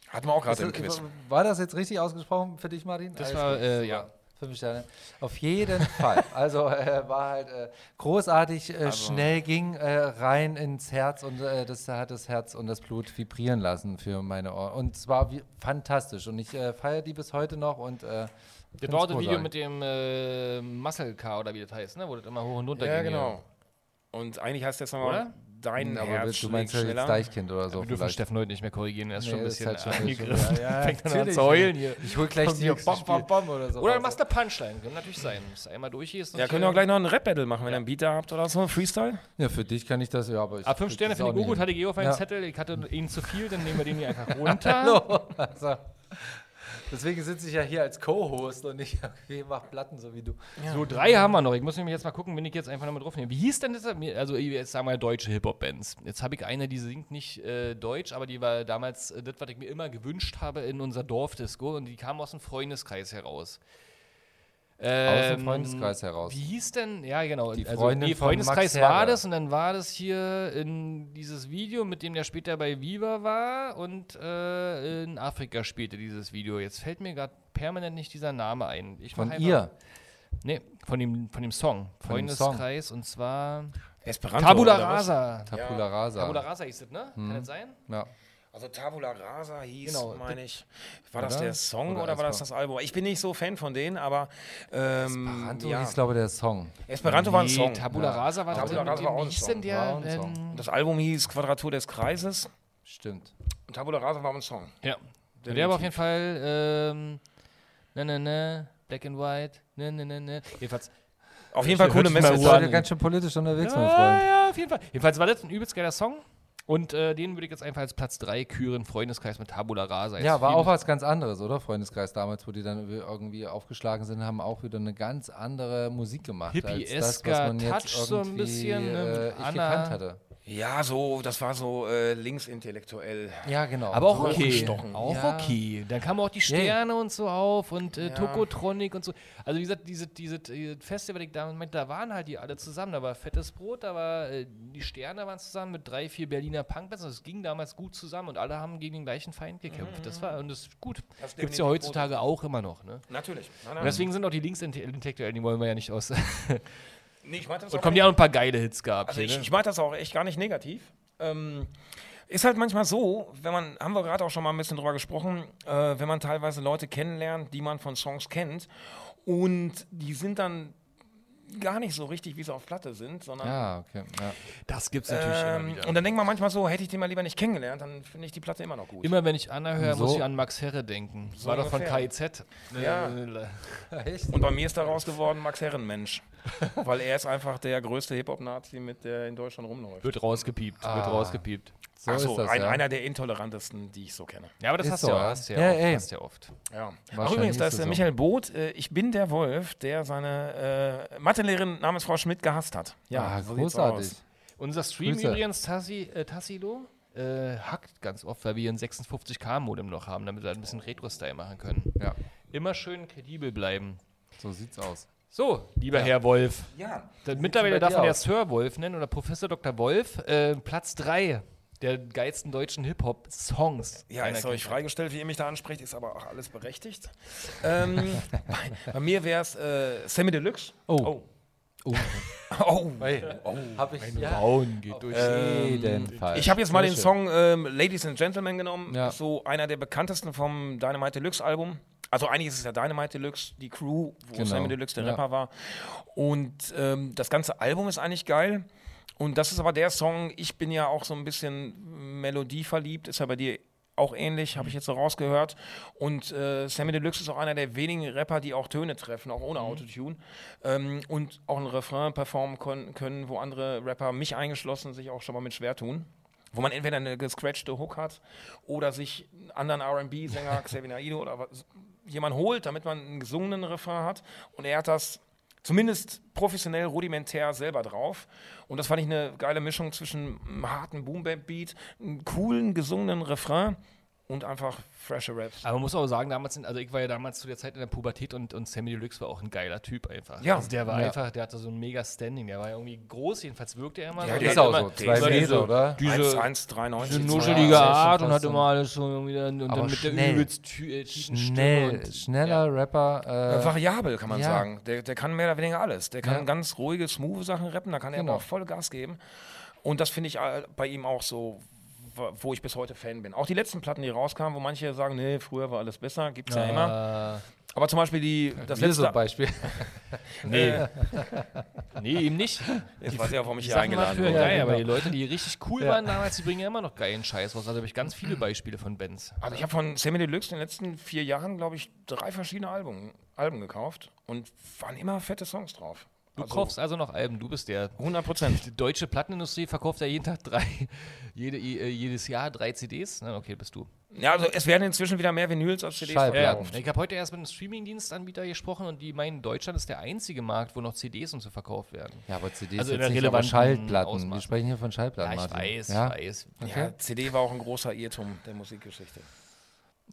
Hatten wir auch gerade im Ist das- Quiz. War das jetzt richtig ausgesprochen für dich, Martin? Das Alles war, gut, äh, super. ja. Fünf Sterne. Auf jeden *laughs* Fall. Also äh, war halt äh, großartig, äh, Also schnell ging äh, rein ins Herz und äh, das hat das Herz und das Blut vibrieren lassen für meine Ohren. Und es war wie, fantastisch und ich äh, feiere die bis heute noch und äh, Das war auch das halt. Video mit dem äh, Muscle Car oder wie das heißt, ne? wo das immer hoch und runter Ja, ging. genau. Und eigentlich heißt das Oder? nochmal, dein aber Herz du schlägt meinst ja jetzt schneller. Deichkind oder so. Wir dürfen vielleicht. Steffen heute nicht mehr korrigieren, er ist Nee, schon ein das bisschen ist halt schon ein bisschen- *laughs* angegriffen. ja, ja, Fängt dann an natürlich. zu heulen hier. Ich hol gleich Vom die nächsten Bom, Bom, Bom oder so. Oder du machst eine Punchline, kann natürlich sein. Dass du einmal durchgehst. und Ja, könnt ihr hier- auch gleich noch ein Rap-Battle machen, wenn ihr einen Beater habt oder so, Freestyle. Ja, für dich kann ich das, ja, aber ich. Ab 5 Ah, Sterne das auch finde ich nicht gut, hin. hatte Geo auf einen Ja. Zettel, ich hatte ihn zu viel, dann nehmen wir den hier *laughs* einfach runter. Hallo. Also, deswegen sitze ich ja hier als Co-Host und nicht *laughs* irgendwie mache Platten, so wie du. so, drei haben wir noch. Ich muss nämlich jetzt mal gucken, wenn ich jetzt einfach nochmal drauf nehme. Wie hieß denn das? Also, jetzt sagen wir deutsche Hip-Hop-Bands. Jetzt habe ich eine, die singt nicht äh, deutsch, aber die war damals äh, das, was ich mir immer gewünscht habe in unser Dorfdisco und die kam aus dem Freundeskreis heraus. Ähm, Freundeskreis heraus. Wie hieß denn, ja genau, Die Freundin von Freundeskreis Max war Herre. das und dann war das hier in dieses Video, mit dem der später bei Viva war und äh, in Afrika spielte dieses Video. Jetzt fällt mir gerade permanent nicht dieser Name ein. Ich mach Von einfach- ihr. Nee, von dem, von dem Song. Von dem Freundeskreis und zwar Esperanto. Tabula oder was? Rasa. Tabula Rasa. Tabula Rasa hieß das, ne? Kann das sein? Ja. Also Tabula Rasa hieß, Genau. meine ich. War das Oder? der Song Oder oder, war das das Album? Ich bin nicht so Fan von denen, aber ähm, Ranto ja. hieß, glaube ich, der Song. Esperanto war ein Nee, Song. Tabula Ja. Rasa war das. Tabula mit Rasa dem- war auch wie ein hieß Song. denn War der? ein Ähm, Song. Das Album hieß Quadratur des Kreises Stimmt. und Tabula Rasa war ein Song. Ja. Der war auf jeden Fall, ähm, ne, ne, ne, Black and White, ne, ne, ne, ne. Jedenfalls, Auf jeden Fall coole hört sich mal Message. Seid Ruhe ihr an. ganz schön politisch unterwegs, mein ja, Freund. Ah, ja, auf jeden Fall. Jedenfalls war das ein übelst geiler Song. Und äh, den würde ich jetzt einfach als Platz 3 küren, Freundeskreis mit Tabula Rasa. Ja, Jetzt war viel- auch was ganz anderes, oder? Freundeskreis damals, wo die dann irgendwie aufgeschlagen sind, haben auch wieder eine ganz andere Musik gemacht. als das, was Hippiesker man jetzt Touch so ein irgendwie, bisschen, ne, mit Äh, ich Anna. gekannt hatte. Ja, so, das war so äh, linksintellektuell. Ja, genau. Aber auch So okay. hochgestochen. Auch Ja. okay. Dann kamen auch die Sterne und so auf und äh, Tokotronic und so. Also wie gesagt, diese, diese, diese Festival, die ich damals meinte, da waren halt die alle zusammen. Da war fettes Brot, da war äh, die Sterne waren zusammen mit drei, vier Berliner Punkbands. Also es ging damals gut zusammen und alle haben gegen den gleichen Feind gekämpft. Das war und das ist gut. Das Gibt es ja definitiv heutzutage auch immer noch. Ne? Natürlich. Nein, Und nein. deswegen sind auch die Linksintellektuellen, die wollen wir ja nicht aus. *laughs* Nee, ich mag das und auch kommen nicht. ja auch ein paar geile Hits gehabt. Also hier, ich, ne? ich meine das auch echt gar nicht negativ. Ähm, ist halt manchmal so, wenn man, haben wir gerade auch schon mal ein bisschen drüber gesprochen, äh, wenn man teilweise Leute kennenlernt, die man von Songs kennt und die sind dann gar nicht so richtig, wie sie auf Platte sind, sondern Ja, okay. Ja. das gibt's natürlich immer ähm, wieder. und dann denkt man manchmal so, hätte ich den mal lieber nicht kennengelernt, dann finde ich die Platte immer noch gut. Immer wenn ich Anna höre, muss So. ich an Max Herre denken. War doch von ungefähr. KIZ. Ja. Äh, Echt? Und bei mir ist daraus geworden *laughs* Max Herrenmensch, weil er ist einfach der größte Hip-Hop-Nazi, mit der in Deutschland rumläuft. Wird rausgepiept, wird rausgepiept. So Ach so, ist das, ein, ja. Ah, einer der intolerantesten, die ich so kenne. Ja, aber das Ist hast so, du ja, ja. hast du ja, Ja, oft, ey. hast du ja oft. Ja. Ach, Wahrscheinlich übrigens, da ist ist es der so. Michael Both, äh, ich bin der Wolf, der seine äh, Mathelehrerin namens Frau Schmidt gehasst hat. Ja, so sieht's Ah, großartig. aus. Unser Stream Grüße. übrigens, Tassi, äh, Tassilo, äh, hackt ganz oft, weil wir ein 56K-Modem noch haben, damit wir ein bisschen Retro-Style machen können. Ja, Immer schön kredibel bleiben. so sieht's aus. So, lieber Herr Wolf. Ja, Da- Mittlerweile bei darf dir man ja aus? Sir Wolf nennen oder Professor Dr. Wolf. Äh, Platz 3 der geilsten deutschen Hip-Hop-Songs. ja ist euch freigestellt, wie ihr mich da ansprecht, ist aber auch alles *laughs* berechtigt. ähm, bei, bei mir wäre es äh, Sammy Deluxe. Oh. *laughs* Oh. Habe ich ja, Braun geht durch. auf jeden Fall. Ich habe jetzt mal den Bullshit. Song ähm, Ladies and Gentlemen genommen. Ja. Ist so einer der bekanntesten vom Dynamite Deluxe Album. Also eigentlich ist es ja Dynamite Deluxe, die Crew, wo Genau. Sammy Deluxe der Ja. Rapper war. Und ähm, das ganze Album ist eigentlich geil. Und das ist aber der Song, ich bin ja auch so ein bisschen melodieverliebt, ist ja bei dir auch ähnlich, habe ich jetzt so rausgehört. Und äh, Sammy Deluxe ist auch einer der wenigen Rapper, die auch Töne treffen, auch Mhm. ohne Autotune. Ähm, und auch einen Refrain performen kon- können, wo andere Rapper, mich eingeschlossen, sich auch schon mal mit schwer tun. Wo man entweder eine gescratchte Hook hat oder sich einen anderen *laughs* RB-Sänger, Xavier Naido oder was, jemand holt, damit man einen gesungenen Refrain hat. Und er hat das zumindest professionell rudimentär selber drauf. Und das fand ich eine geile Mischung zwischen einem harten Boom-Bap-Beat, einem coolen gesungenen Refrain und einfach fresher Raps. Aber man muss auch sagen, damals, in, also ich war ja damals zu der Zeit in der Pubertät und, und Sammy Deluxe war auch ein geiler Typ einfach. Ja. Also der war Ja. einfach, der hatte so ein mega Standing, der war ja irgendwie groß, jedenfalls wirkte er immer. Ja, Und der ist hat auch immer so. Zwei so Meter, diese- oder? Diese, 1,93. diese Ja, nuschelige sehr Art schon und fast hatte so. mal alles so irgendwie dann, und Aber dann mit der schnell. übelst tü- äh, tiefen Stimme. Schnell, Und, schneller Rapper. Äh, Äh, variabel, kann man ja. sagen. Der, der kann mehr oder weniger alles. Der kann Ja. ganz ruhige, smooth Sachen rappen, da kann er Genau. aber auch voll Gas geben. Und das finde ich äh, bei ihm auch so, wa- wo ich bis heute Fan bin. Auch die letzten Platten, die rauskamen, wo manche sagen, nee, früher war alles besser, gibt's ja, immer. äh, Aber zum Beispiel die, das wir so letzte, Beispiel. nee, nee, eben nicht. jetzt weiß ich auch, warum ich hier Sachen waren eingeladen früher wurde. geil, aber genau. die Leute, die richtig cool waren damals, die bringen ja immer noch geilen Scheiß raus. Also habe ich ganz *clears throat* viele Beispiele von Bands. Also ich habe von Sammy Deluxe in den letzten vier Jahren, glaube ich, drei verschiedene Alben, Alben gekauft und waren immer fette Songs drauf. Du Also kaufst also noch Alben, du bist der 100 Prozent. Die deutsche Plattenindustrie verkauft ja jeden Tag drei, jede, äh, jedes Jahr drei CDs. Na, okay, bist du. Ja, also es werden inzwischen wieder mehr Vinyls als CDs Scheibe. verkauft. Ja. Ich habe heute erst mit einem Streamingdienstanbieter gesprochen und die meinen, Deutschland ist der einzige Markt, wo noch CDs und so verkauft werden. Ja, aber CDs Also also in jetzt der nicht, aber relevanten Schallplatten. Wir Ausmaß. sprechen hier von Schallplatten, Ja, ich Martin. weiß, ja? ich weiß. Okay. Ja, CD war auch ein großer Irrtum der Musikgeschichte.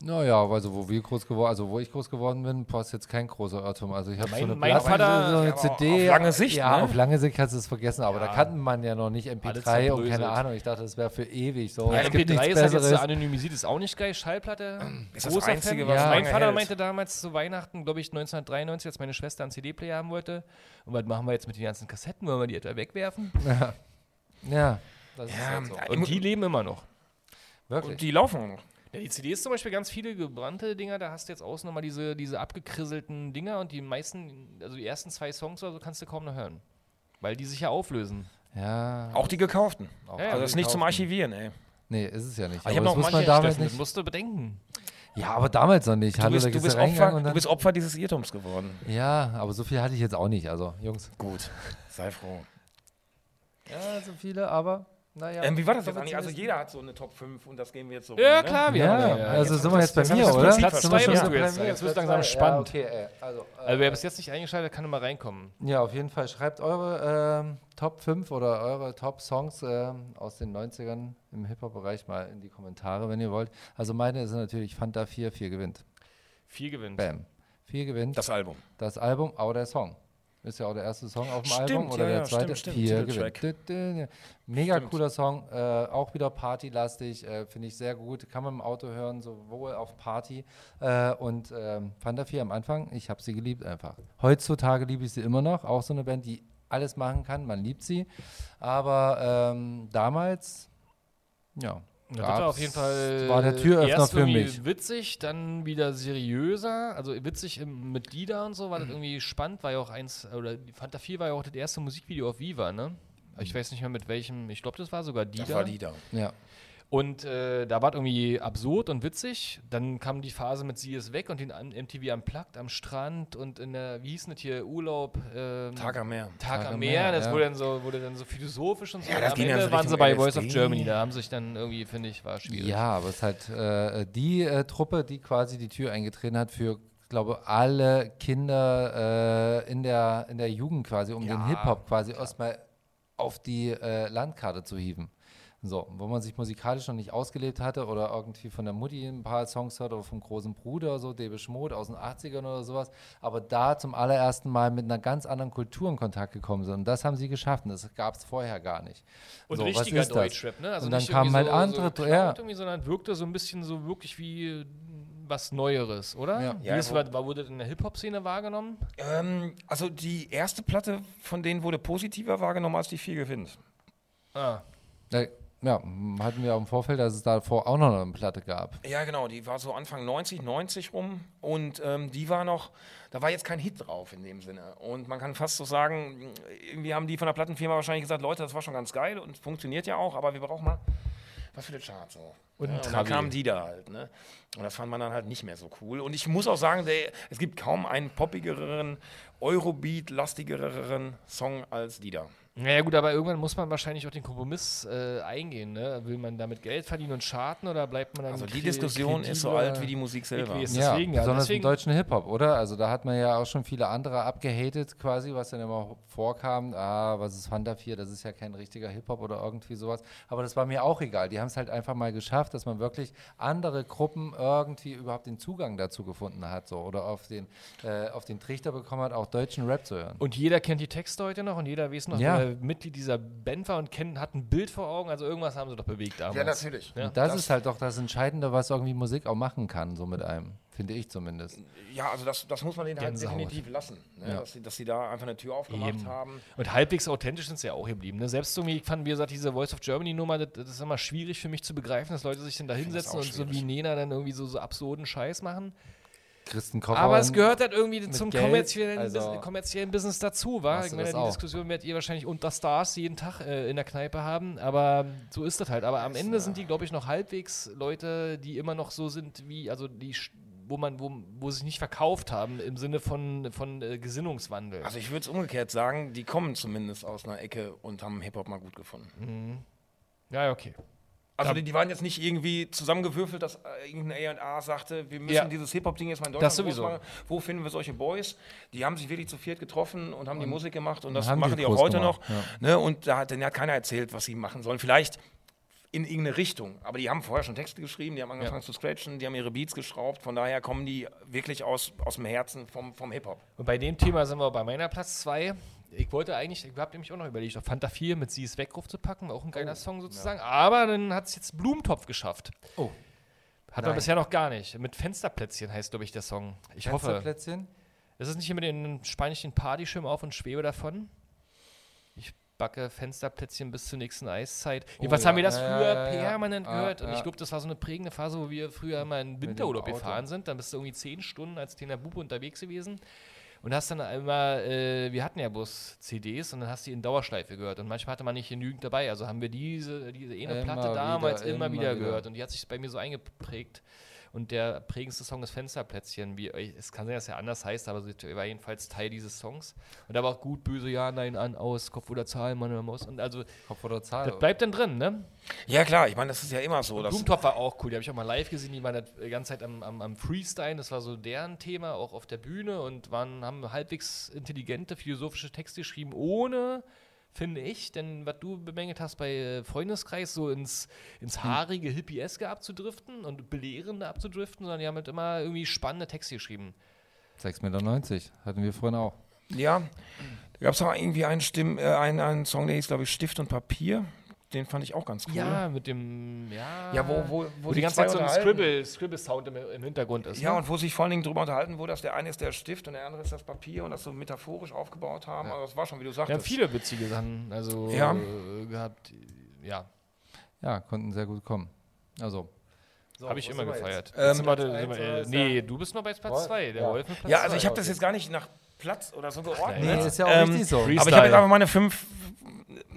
Naja, also wo wir groß geworden, also wo ich groß geworden bin, boah, ist jetzt kein großer Irrtum. Also ich habe so Mein- eine, mein Platte, Vater- so eine Ja, aber CD. auf lange Sicht, Ja, ne? auf lange Sicht kannst du es vergessen, aber da kannte man ja noch nicht Alles MP3 und zerbröselt. keine Ahnung. Ich dachte, das wäre für ewig. So, Ja, es gibt MP3 nichts ist halt jetzt Besseres. so anonymisiert, ist auch nicht geil. Schallplatte, *clears throat* Ist das Einzige, was Ja. Mein lange Vater hält. meinte damals zu Weihnachten, glaube ich, 1993, als meine Schwester einen CD-Player haben wollte. Und was machen wir jetzt mit den ganzen Kassetten? Wollen wir die etwa wegwerfen? Ja, das ist Ja, halt so. und Und die leben immer noch. Wirklich. die laufen auch noch. Ja, die CDs zum Beispiel ganz viele gebrannte Dinger, da hast du jetzt außen nochmal diese, diese abgekrisselten Dinger und die meisten, also die ersten zwei Songs oder so kannst du kaum noch hören. Weil die sich ja auflösen. ja, Auch die gekauften. Ja, also die das ist nicht zum Archivieren, ey. nee, ist es ja nicht. Ah, ich hab Aber das noch muss man manche damals Das halt nicht. musst du bedenken. Ja, aber damals noch nicht. Du Hallo, bist, da du, gehst du bist reingegangen Opfer, und du dann. bist Opfer dieses Irrtums geworden. Ja, aber so viel hatte ich jetzt auch nicht. Also, Jungs. Gut, sei froh. Ja, so viele, aber naja. Ähm, wie war das jetzt Aber eigentlich? Also zumindest- jeder hat so eine Top 5 und das gehen wir jetzt so. Ja, rum, ne? klar, wir Ja, haben also sind wir jetzt bei das hab mir, ich jetzt oder? Platz Sind wir zwei schon bist so du bei jetzt. mir? Jetzt wird's Platz langsam zwei. spannend. Ja, okay, ey. Also, äh, Also wer bis jetzt nicht eingeschaltet hat, kann immer reinkommen. ja, auf jeden Fall. Schreibt eure ähm, Top 5 oder eure Top Songs ähm, aus den 90ern im Hip-Hop-Bereich mal in die Kommentare, wenn ihr wollt. Also meine ist natürlich Fanta 4, 4 gewinnt. Viel gewinnt. Bam. 4 gewinnt. Das, Das Album. Album, aber der Song. Ist ja auch der erste Song auf dem Stimmt, Album oder ja, der ja, zweite. stimmt, stimmt. Vier Titeltrack. gewinnt. Dü- dü- dü. Mega Stimmt. cooler Song, äh, auch wieder partylastig, äh, finde ich sehr gut. Kann man im Auto hören, sowohl auf Party äh, und ähm, Fanta 4 am Anfang, ich habe sie geliebt einfach. Heutzutage liebe ich sie immer noch, auch so eine Band, die alles machen kann, man liebt sie. Aber ähm, damals, ja. Ja, das war auf gab's- jeden Fall War der Türöffner erst für irgendwie mich. witzig, dann wieder seriöser, also witzig im, mit Dida und so, war das irgendwie spannend, war ja auch eins, oder Fanta 4 war ja auch das erste Musikvideo auf Viva, ne? Mhm. Ich weiß nicht mehr mit welchem, ich glaube, das war sogar Dida. da. Ja. Und äh, da war es irgendwie absurd und witzig. Dann kam die Phase mit Sie ist weg und den an- MTV Unplugged am Strand und in der, wie hieß denn das hier, Urlaub? Ähm, Tag am Meer. Tag Tag am am Meer. Meer, Das ja. wurde, dann so, wurde dann so philosophisch und so. Ja, Und das am ging dann Ende so waren Richtung sie bei LSD. Voice of Germany. Da haben sich dann irgendwie, finde ich, war schwierig. Ja, aber es ist halt äh, die äh, Truppe, die quasi die Tür eingetreten hat für, glaube alle Kinder äh, in, der, in der Jugend quasi, um den Hip-Hop quasi erstmal auf die äh, Landkarte zu hieven. So, wo man sich musikalisch noch nicht ausgelebt hatte oder irgendwie von der Mutti ein paar Songs hört oder vom großen Bruder, so Debe Schmod aus den 80ern oder sowas, aber da zum allerersten Mal mit einer ganz anderen Kultur in Kontakt gekommen sind. Und das haben sie geschafft und das gab es vorher gar nicht. Und so, was richtiger ist das? Deutschrap, ne? Also und dann nicht kamen irgendwie halt so, andere, so ja. geklaut irgendwie, sondern wirkte so ein bisschen so wirklich wie, äh, was Neueres, oder? Ja. Wie Ja, ist, wo- war, war- wurde das in der Hip-Hop-Szene wahrgenommen? Ähm, also die erste Platte von denen wurde positiver wahrgenommen als die vier gewinnt. Ah. Äh, ja, m- hatten wir auch im Vorfeld, dass es davor auch noch eine Platte gab. Ja, genau, die war so Anfang 90, 90 rum und ähm, die war noch, da war jetzt kein Hit drauf in dem Sinne. Und man kann fast so sagen, irgendwie haben die von der Plattenfirma wahrscheinlich gesagt, Leute, das war schon ganz geil und funktioniert ja auch, aber wir brauchen mal was für eine Chart so. Und ja, ein und dann Trabi. kamen die da halt, ne? Und das fand man dann halt nicht mehr so cool. Und ich muss auch sagen, der, es gibt kaum einen poppigeren, Eurobeat-lastigereren Song als die da. Naja gut, aber irgendwann muss man wahrscheinlich auch den Kompromiss äh, eingehen. Ne? Will man damit Geld verdienen und schaden oder bleibt man dann... Also die kre- Diskussion ist so kredibler? alt wie die Musik selber. Ist Ja, deswegen, ja, besonders deswegen- im deutschen Hip-Hop, oder? Also da hat man ja auch schon viele andere abgehatet quasi, was dann immer vorkam. Ah, was ist Fanta 4? Das ist ja kein richtiger Hip-Hop oder irgendwie sowas. Aber das war mir auch egal. Die haben es halt einfach mal geschafft, dass man wirklich andere Gruppen irgendwie überhaupt den Zugang dazu gefunden hat so oder auf den, äh, auf den Trichter bekommen hat, auch deutschen Rap zu hören. Und jeder kennt die Texte heute noch und jeder weiß noch, Ja. wer Mitglied dieser Band war und kennt, hat ein Bild vor Augen. Also irgendwas haben sie doch bewegt damals. natürlich. Ja. Und das, ist halt doch das Entscheidende, was irgendwie Musik auch machen kann, so mit einem. Finde ich zumindest. Ja, also das, das muss man denen halt Gänsehaut. definitiv lassen, ne? dass, sie, dass sie da einfach eine Tür aufgemacht Eben. haben. Und halbwegs authentisch sind sie ja auch geblieben. Ne? Selbst irgendwie fanden wir, gesagt, diese Voice of Germany Nummer, das, das ist immer schwierig für mich zu begreifen, dass Leute sich dann da hinsetzen auch und so wie Nena dann irgendwie so, so absurden Scheiß machen. Christen Koffer. Aber es gehört halt irgendwie zum Geld, kommerziellen, also- Bus- kommerziellen Business dazu, war. Hast Ich du meine, das die auch. Diskussion werdet ihr wahrscheinlich unter Stars jeden Tag äh, in der Kneipe haben, aber so ist das halt. Aber am Ende sind die, glaube ich, noch halbwegs Leute, die immer noch so sind wie, also die, sch- wo man, wo, wo sie sich nicht verkauft haben im Sinne von, von äh, Gesinnungswandel. Also ich würde es umgekehrt sagen, die kommen zumindest aus einer Ecke und haben Hip-Hop mal gut gefunden. ja, ja, okay. Also die, die waren jetzt nicht irgendwie zusammengewürfelt, dass äh, irgendein A&A sagte, wir müssen Ja. dieses Hip-Hop-Ding jetzt mal in Deutschland Das sowieso. groß machen. Wo finden wir solche Boys? Die haben sich wirklich zu viert getroffen und haben die Musik gemacht und das haben die machen die auch groß heute gemacht, noch. Ne? Und da hat, denen hat keiner erzählt, was sie machen sollen. Vielleicht in irgendeine Richtung. Aber die haben vorher schon Texte geschrieben, die haben angefangen zu scratchen, die haben ihre Beats geschraubt. Von daher kommen die wirklich aus, aus dem Herzen vom, vom Hip-Hop. Und bei dem Thema sind wir bei meiner Platz 2. Ich wollte eigentlich, ich habe nämlich auch noch überlegt, auf Fanta 4 mit Sie ist weg draufzupacken, war auch ein geiler Song sozusagen. Aber dann hat es jetzt Blumentopf geschafft. Oh. Hat Nein. man bisher noch gar nicht. Mit Fensterplätzchen heißt, glaube ich, der Song. Ich hoffe. Plätzchen? Ist es nicht hier mit dem spanischen Partyschirm auf und schwebe davon? Ich backe Fensterplätzchen bis zur nächsten Eiszeit. Jedenfalls Oh ja. haben wir das Ja, ja, früher ja, ja. permanent Ja, gehört. Und ja. ich glaube, das war so eine prägende Phase, wo wir früher mal in Winterurlaub Auto. gefahren sind. Dann bist du irgendwie zehn Stunden als kleiner Bube unterwegs gewesen. Und hast dann einmal, äh, wir hatten ja bloß CDs und dann hast du die in Dauerschleife gehört. Und manchmal hatte man nicht genügend dabei. Also haben wir diese, diese eine Immer Platte wieder, damals immer, immer wieder wieder. gehört. Und die hat sich bei mir so eingeprägt. Und der prägendste Song ist Fensterplätzchen. Wie, es kann sein, dass er anders heißt, aber sie war jedenfalls Teil dieses Songs. Und da war auch gut, böse, ja, nein, an, aus, Kopf oder Zahl, Mann oder Maus. Und also, Kopf oder Zahl? das bleibt dann drin, ne? Ja klar, ich meine, das ist ja immer so. Dass, Blumentopf war auch cool. Die habe ich auch mal live gesehen. Die waren da die ganze Zeit am, am, am Freestyle. Das war so deren Thema, auch auf der Bühne. Und waren, haben halbwegs intelligente, philosophische Texte geschrieben, ohne, finde ich, denn was du bemängelt hast bei äh, Freundeskreis, so ins, Hm. ins haarige, hippieske abzudriften und belehrende abzudriften, sondern die haben halt immer irgendwie spannende Texte geschrieben. 6,90 Meter. Hatten wir vorhin auch. ja, da gab es auch irgendwie einen, Stimm, äh, einen, einen Song, der hieß, glaube ich, Stift und Papier. Den fand ich auch ganz cool. Ja, mit dem, ja. Ja, wo- wo- wo die die ganze zwei Zeit so ein unterhalten. Scribble- Scribble-Sound im, im Hintergrund ist. Ja, ne? und wo sich vor allen Dingen darüber unterhalten wurde, dass der eine ist der Stift und der andere ist das Papier und das so metaphorisch aufgebaut haben. Also das war schon, wie du Wir haben sagtest. viele witzige Sachen also, Ja. äh, gehabt. Ja, Ja, konnten sehr gut kommen. Also. Habe ich immer gefeiert. Ähm, Jetzt sind wir- sind eins wir- oder äh, ist nee, du bist noch bei Platz Wolf? 2. Der Ja. Wolf mit Platz ja, also 2. ich habe das jetzt gar nicht nach Platz oder so geordnet. Nee, Ja. ist ja auch Ähm, richtig so. Free- Aber ich habe jetzt Freestyle. einfach meine fünf.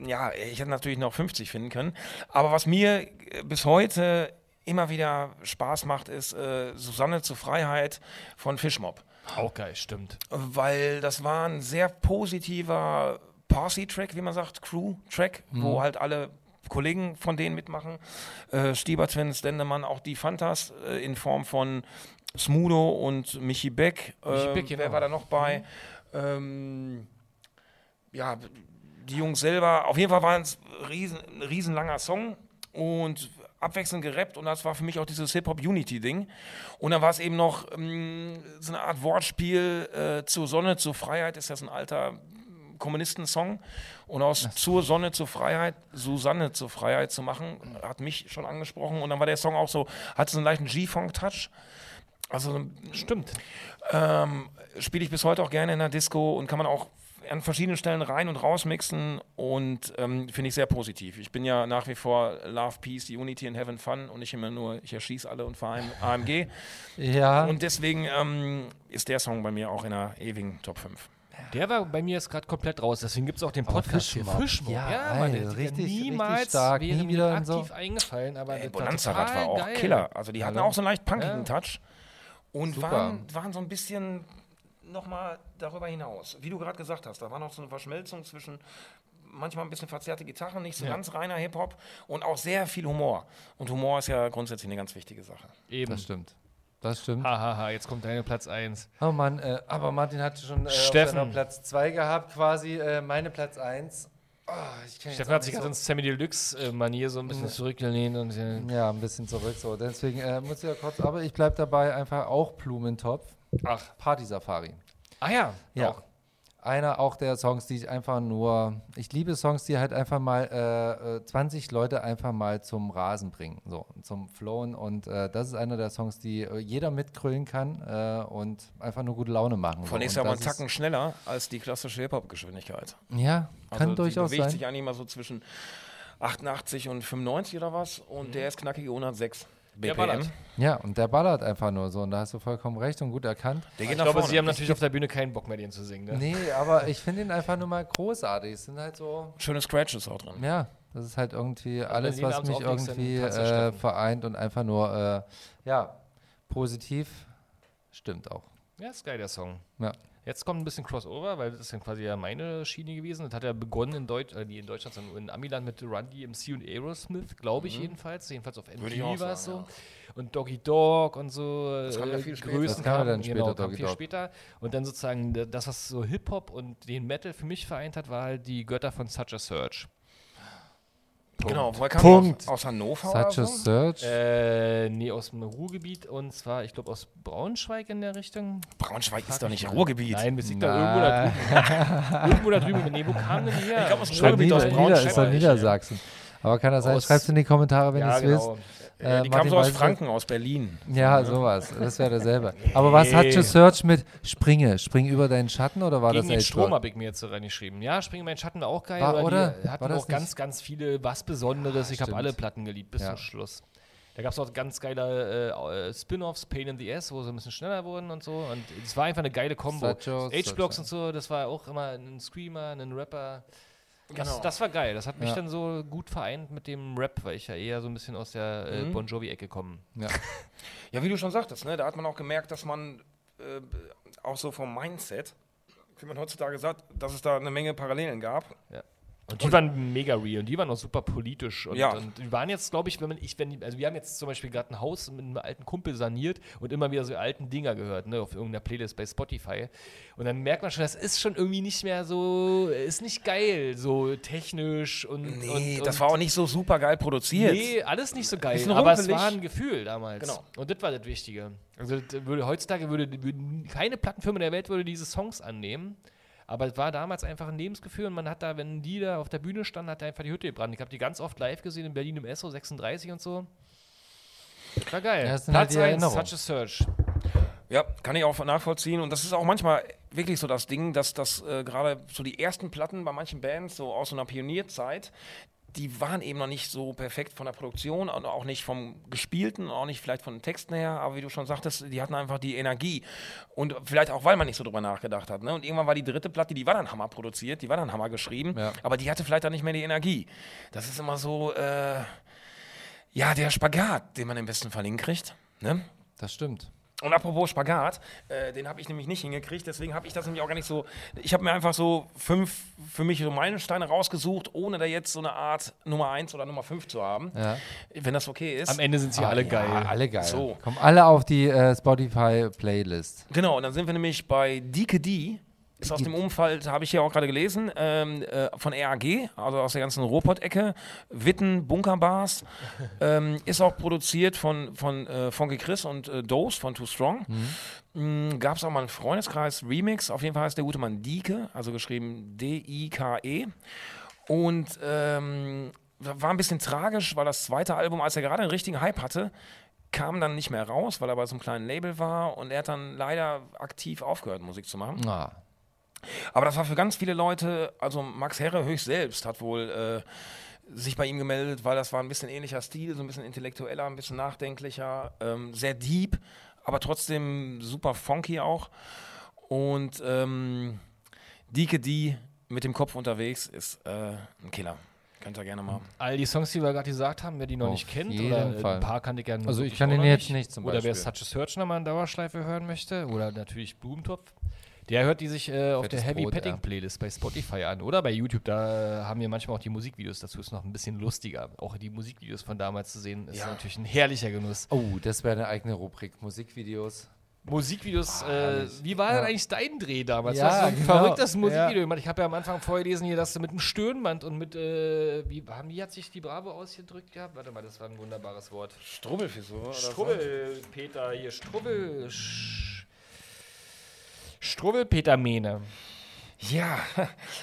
Ja, ich hätte natürlich noch 50 finden können. Aber was mir äh, bis heute immer wieder Spaß macht, ist äh, Susanne zur Freiheit von Fischmob. Auch geil, stimmt. weil das war ein sehr positiver Parsi-Track, wie man sagt, Crew-Track, Mhm. wo halt alle Kollegen von denen mitmachen. Äh, Stieber Twins, Dendemann, auch die Fantas äh, in Form von Smudo und Michi Beck. Äh, Michi Beck, Wer genau. Mhm. war da noch bei? Ähm, ja, die Jungs selber. Auf jeden Fall war es ein riesen, ein riesenlanger Song und abwechselnd gerappt und das war für mich auch dieses Hip-Hop-Unity-Ding. Und dann war es eben noch ähm, so eine Art Wortspiel äh, zur Sonne, zur Freiheit ist das ein alter Kommunistensong. Und aus Zur Sonne zur Freiheit, Susanne zur Freiheit zu machen, hat mich schon angesprochen. Und dann war der Song auch so, hat so einen leichten G-Funk-Touch. Also Stimmt. ähm, spiele ich bis heute auch gerne in der Disco und kann man auch an verschiedenen Stellen rein und raus mixen und ähm, finde ich sehr positiv. Ich bin ja nach wie vor Love, Peace, Unity and Heaven Fun und nicht immer nur, ich erschieße alle und fahre AMG. Ja. Und deswegen ähm, ist der Song bei mir auch in der ewigen Top 5. Der war bei mir jetzt gerade komplett raus, deswegen gibt es auch den Aber Podcast hier. Fischmob. Fischmob. Ja, Mann, ey, der ist richtig- richtig niemals stark, wäre nie mir wieder und so. aktiv eingefallen, aber Ey, das Äh, Bonanza-Rad total war auch geil. Killer. Also die hatten auch so einen leicht punkigen Ja. Touch und Super. waren, waren so ein bisschen nochmal darüber hinaus. Wie du gerade gesagt hast, da war noch so eine Verschmelzung zwischen manchmal ein bisschen verzerrte Gitarren, nicht so ganz reiner Hip-Hop und auch sehr viel Humor. Und Humor ist ja grundsätzlich eine ganz wichtige Sache. Eben. Das stimmt. Das stimmt. Hahaha, jetzt kommt deine Platz 1. Ah. Oh Mann, äh, aber Martin hatte schon äh, auf Steffen. seiner Platz 2 gehabt, quasi äh, meine Platz 1. Oh, ich kenn jetzt Stefan auch hat sich nicht gerade in Sammy Deluxe-Manier so ein bisschen zurückgelehnt und äh, Ja, ein bisschen zurück so. Deswegen äh, muss ich ja kurz, aber ich bleibe dabei einfach auch Blumentopf. Ach. Party Safari. Ah ja, Ja. Auch. Einer auch der Songs, die ich einfach nur, ich liebe Songs, die halt einfach mal äh, äh, 20 Leute einfach mal zum Rasen bringen, so zum Flown und äh, das ist einer der Songs, die äh, jeder mitgrölen kann äh, und einfach nur gute Laune machen. Von so. ist Und ja mal einen das ist- Tacken schneller als die klassische Hip-Hop-Geschwindigkeit. Ja, kann also durchaus Die bewegt sein. sich eigentlich immer so zwischen 88 und 95 oder was und der ist knackige 106 Mhm. Der BPM. ballert. Ja, und der ballert einfach nur so und da hast du vollkommen recht und gut erkannt. Der Ich glaube, sie haben Ich- natürlich auf der Bühne keinen Bock mehr, den zu singen. Ne? Nee, aber ich finde ihn einfach nur mal großartig. Es sind halt so Schöne Scratches auch drin. Ja, das ist halt irgendwie alles, jeden was Abend mich auflegst, dann irgendwie kannst du äh, sterben. vereint und einfach nur, äh, ja, positiv stimmt auch. Ja, ist geil, der Song. Ja. Jetzt kommt ein bisschen Crossover, weil das ist dann quasi ja meine Schiene gewesen. Das hat ja begonnen in, Deutsch, äh, nee, in Deutschland, sondern in Amiland mit Run DMC und Aerosmith, glaube Mhm. ich jedenfalls. Jedenfalls auf ich MTV auch war es so. sagen, Und Doggy Dog und so. Das kam ja viel später. Größen Das kam ja kamen- dann genau, später, kam Doggy viel Dog. später. Und dann sozusagen d- das, was so Hip-Hop und den Metal für mich vereint hat, war halt die Götter von Such a Search. Genau, woher kam Punkt. die Aus, aus Hannover oder Such so? a Search. Äh, nee, aus dem Ruhrgebiet und zwar, ich glaube, aus Braunschweig in der Richtung. Braunschweig ist doch nicht Ruhrgebiet. Nein, bis liegt da irgendwo da drüben. irgendwo *laughs* da drüben. Nee, wo kam denn die her? Ich glaub, aus dem Von Ruhrgebiet Nieder aus Nieder ist doch Braunschweig. Niedersachsen. Aber kann das sein? Aus- Schreib's in die Kommentare, wenn Ja, du's genau. willst. Äh, die Martin kam so aus weiß es. Franken, aus Berlin. Ja, sowas. Das wäre dasselbe. Aber was hat Such a Search mit Springe? Spring über deinen Schatten oder war Gegen das den Elton? Strom habe ich mir jetzt so reingeschrieben. Ja, Spring in meinen Schatten war auch geil. War- oder? Die oder? hatten War das auch ganz, nicht? ganz viele was Besonderes. ich habe stimmt. alle Platten geliebt bis Ja. zum Schluss. Da gab es auch ganz geile äh, äh, Spin-Offs, Pain in the Ass, wo sie ein bisschen schneller wurden und so. Und es war einfach eine geile Combo. Satchos, H-Blocks Satchos. und so, das war auch immer ein Screamer, ein Rapper. Das, Genau. das war geil. Das hat mich Ja. dann so gut vereint mit dem Rap, weil ich ja eher so ein bisschen aus der Mhm. äh, Bon Jovi-Ecke komme. Ja. Ja, wie du schon sagtest, ne, da hat man auch gemerkt, dass man äh, auch so vom Mindset, wie man heutzutage sagt, dass es da eine Menge Parallelen gab. Und die waren mega real und die waren auch super politisch. Und, Ja. und die waren jetzt, glaube ich, wenn man, ich, wenn, also wir haben jetzt zum Beispiel gerade ein Haus mit einem alten Kumpel saniert und immer wieder so alten Dinger gehört, ne, auf irgendeiner Playlist bei Spotify. Und dann merkt man schon, das ist schon irgendwie nicht mehr so, ist nicht geil, so technisch und. Nee, und, das und war auch nicht so super geil produziert. Nee, alles nicht so geil, Bisschen aber es rumpelig. war ein Gefühl damals. Genau. Und das war das Wichtige. Also das würde, heutzutage würde, würden- keine Plattenfirma der Welt würde diese Songs annehmen. Aber es war damals einfach ein Lebensgefühl und man hat da, wenn die da auf der Bühne standen, hat er einfach die Hütte gebrannt. Ich habe die ganz oft live gesehen in Berlin im SO 36 und so. Das war geil. Ja, das sind halt Platz die 1, Erinnerungen. Such a Search. Ja, kann ich auch nachvollziehen. Und das ist auch manchmal wirklich so das Ding, dass das äh, gerade so die ersten Platten bei manchen Bands, so aus so einer Pionierzeit, die waren eben noch nicht so perfekt von der Produktion und auch nicht vom Gespielten, auch nicht vielleicht von den Texten her, aber wie du schon sagtest, die hatten einfach die Energie. Und vielleicht auch, weil man nicht so drüber nachgedacht hat. Ne? Und irgendwann war die dritte Platte, die war dann Hammer produziert, die war dann Hammer geschrieben, Ja. aber die hatte vielleicht dann nicht mehr die Energie. Das ist immer so, äh, ja, der Spagat, den man im besten Fall hinkriegt. Ne? Das stimmt. Und apropos Spagat, äh, den habe ich nämlich nicht hingekriegt, deswegen habe ich das nämlich auch gar nicht so. Ich habe mir einfach so fünf für mich so Meilensteine rausgesucht, ohne da jetzt so eine Art Nummer 1 oder Nummer 5 zu haben. Ja. Wenn das okay ist. Am Ende sind sie Ah, alle ja, geil. Alle geil. So. Kommen alle auf die äh, Spotify-Playlist. Genau, und dann sind wir nämlich bei Dike D. Ist aus dem Umfeld, habe ich hier auch gerade gelesen, ähm, äh, von RAG, also aus der ganzen Robot-Ecke, Witten, Bunkerbars. ähm, ist auch produziert von, von äh, Funky Chris und äh, Dose von Too Strong. Gab es auch mal einen Freundeskreis-Remix. Auf jeden Fall heißt der gute Mann Dike, also geschrieben D-I-K-E. E. Und ähm, war ein bisschen tragisch, weil das zweite Album, als er gerade einen richtigen Hype hatte, kam dann nicht mehr raus, weil er bei so einem kleinen Label war und er hat dann leider aktiv aufgehört, Musik zu machen. Ah. Aber das war für ganz viele Leute, also Max Herre höchst selbst hat wohl äh, sich bei ihm gemeldet, weil das war ein bisschen ähnlicher Stil, so ein bisschen intellektueller, ein bisschen nachdenklicher, ähm, sehr deep, aber trotzdem super funky auch. Und ähm, Dike D mit dem Kopf unterwegs ist äh, ein Killer. Könnt ihr gerne mal. All die Songs, die wir gerade gesagt haben, wer die noch Auf nicht kennt, jeden oder äh, Fall. ein paar kannte ich gerne. Also ich kann den jetzt nicht zum Oder wer Beispiel. Such a Search nochmal in Dauerschleife hören möchte, oder natürlich Blumentopf, der hört die sich äh, auf der Fettes Heavy Brot, Petting ja. Playlist bei Spotify an oder bei YouTube. Da äh, haben wir manchmal auch die Musikvideos dazu, ist noch ein bisschen lustiger. Auch die Musikvideos von damals zu sehen, ist Ja. natürlich ein herrlicher Genuss. Oh, das wäre eine eigene Rubrik, Musikvideos. Musikvideos, äh, wie war denn eigentlich dein Dreh damals? Ja, du hast so ein genau. verrücktes Ja. Musikvideo gemacht. Ich habe ja am Anfang vorgelesen hier, dass du mit einem Stirnband und mit, äh, wie, haben, wie hat sich die Bravo ausgedrückt gehabt? Warte mal, das war ein wunderbares Wort. Strubbelfrisur oder Strubbel, Peter, hier Strubbel. Sch Strubbel, Peter Mene. Ja,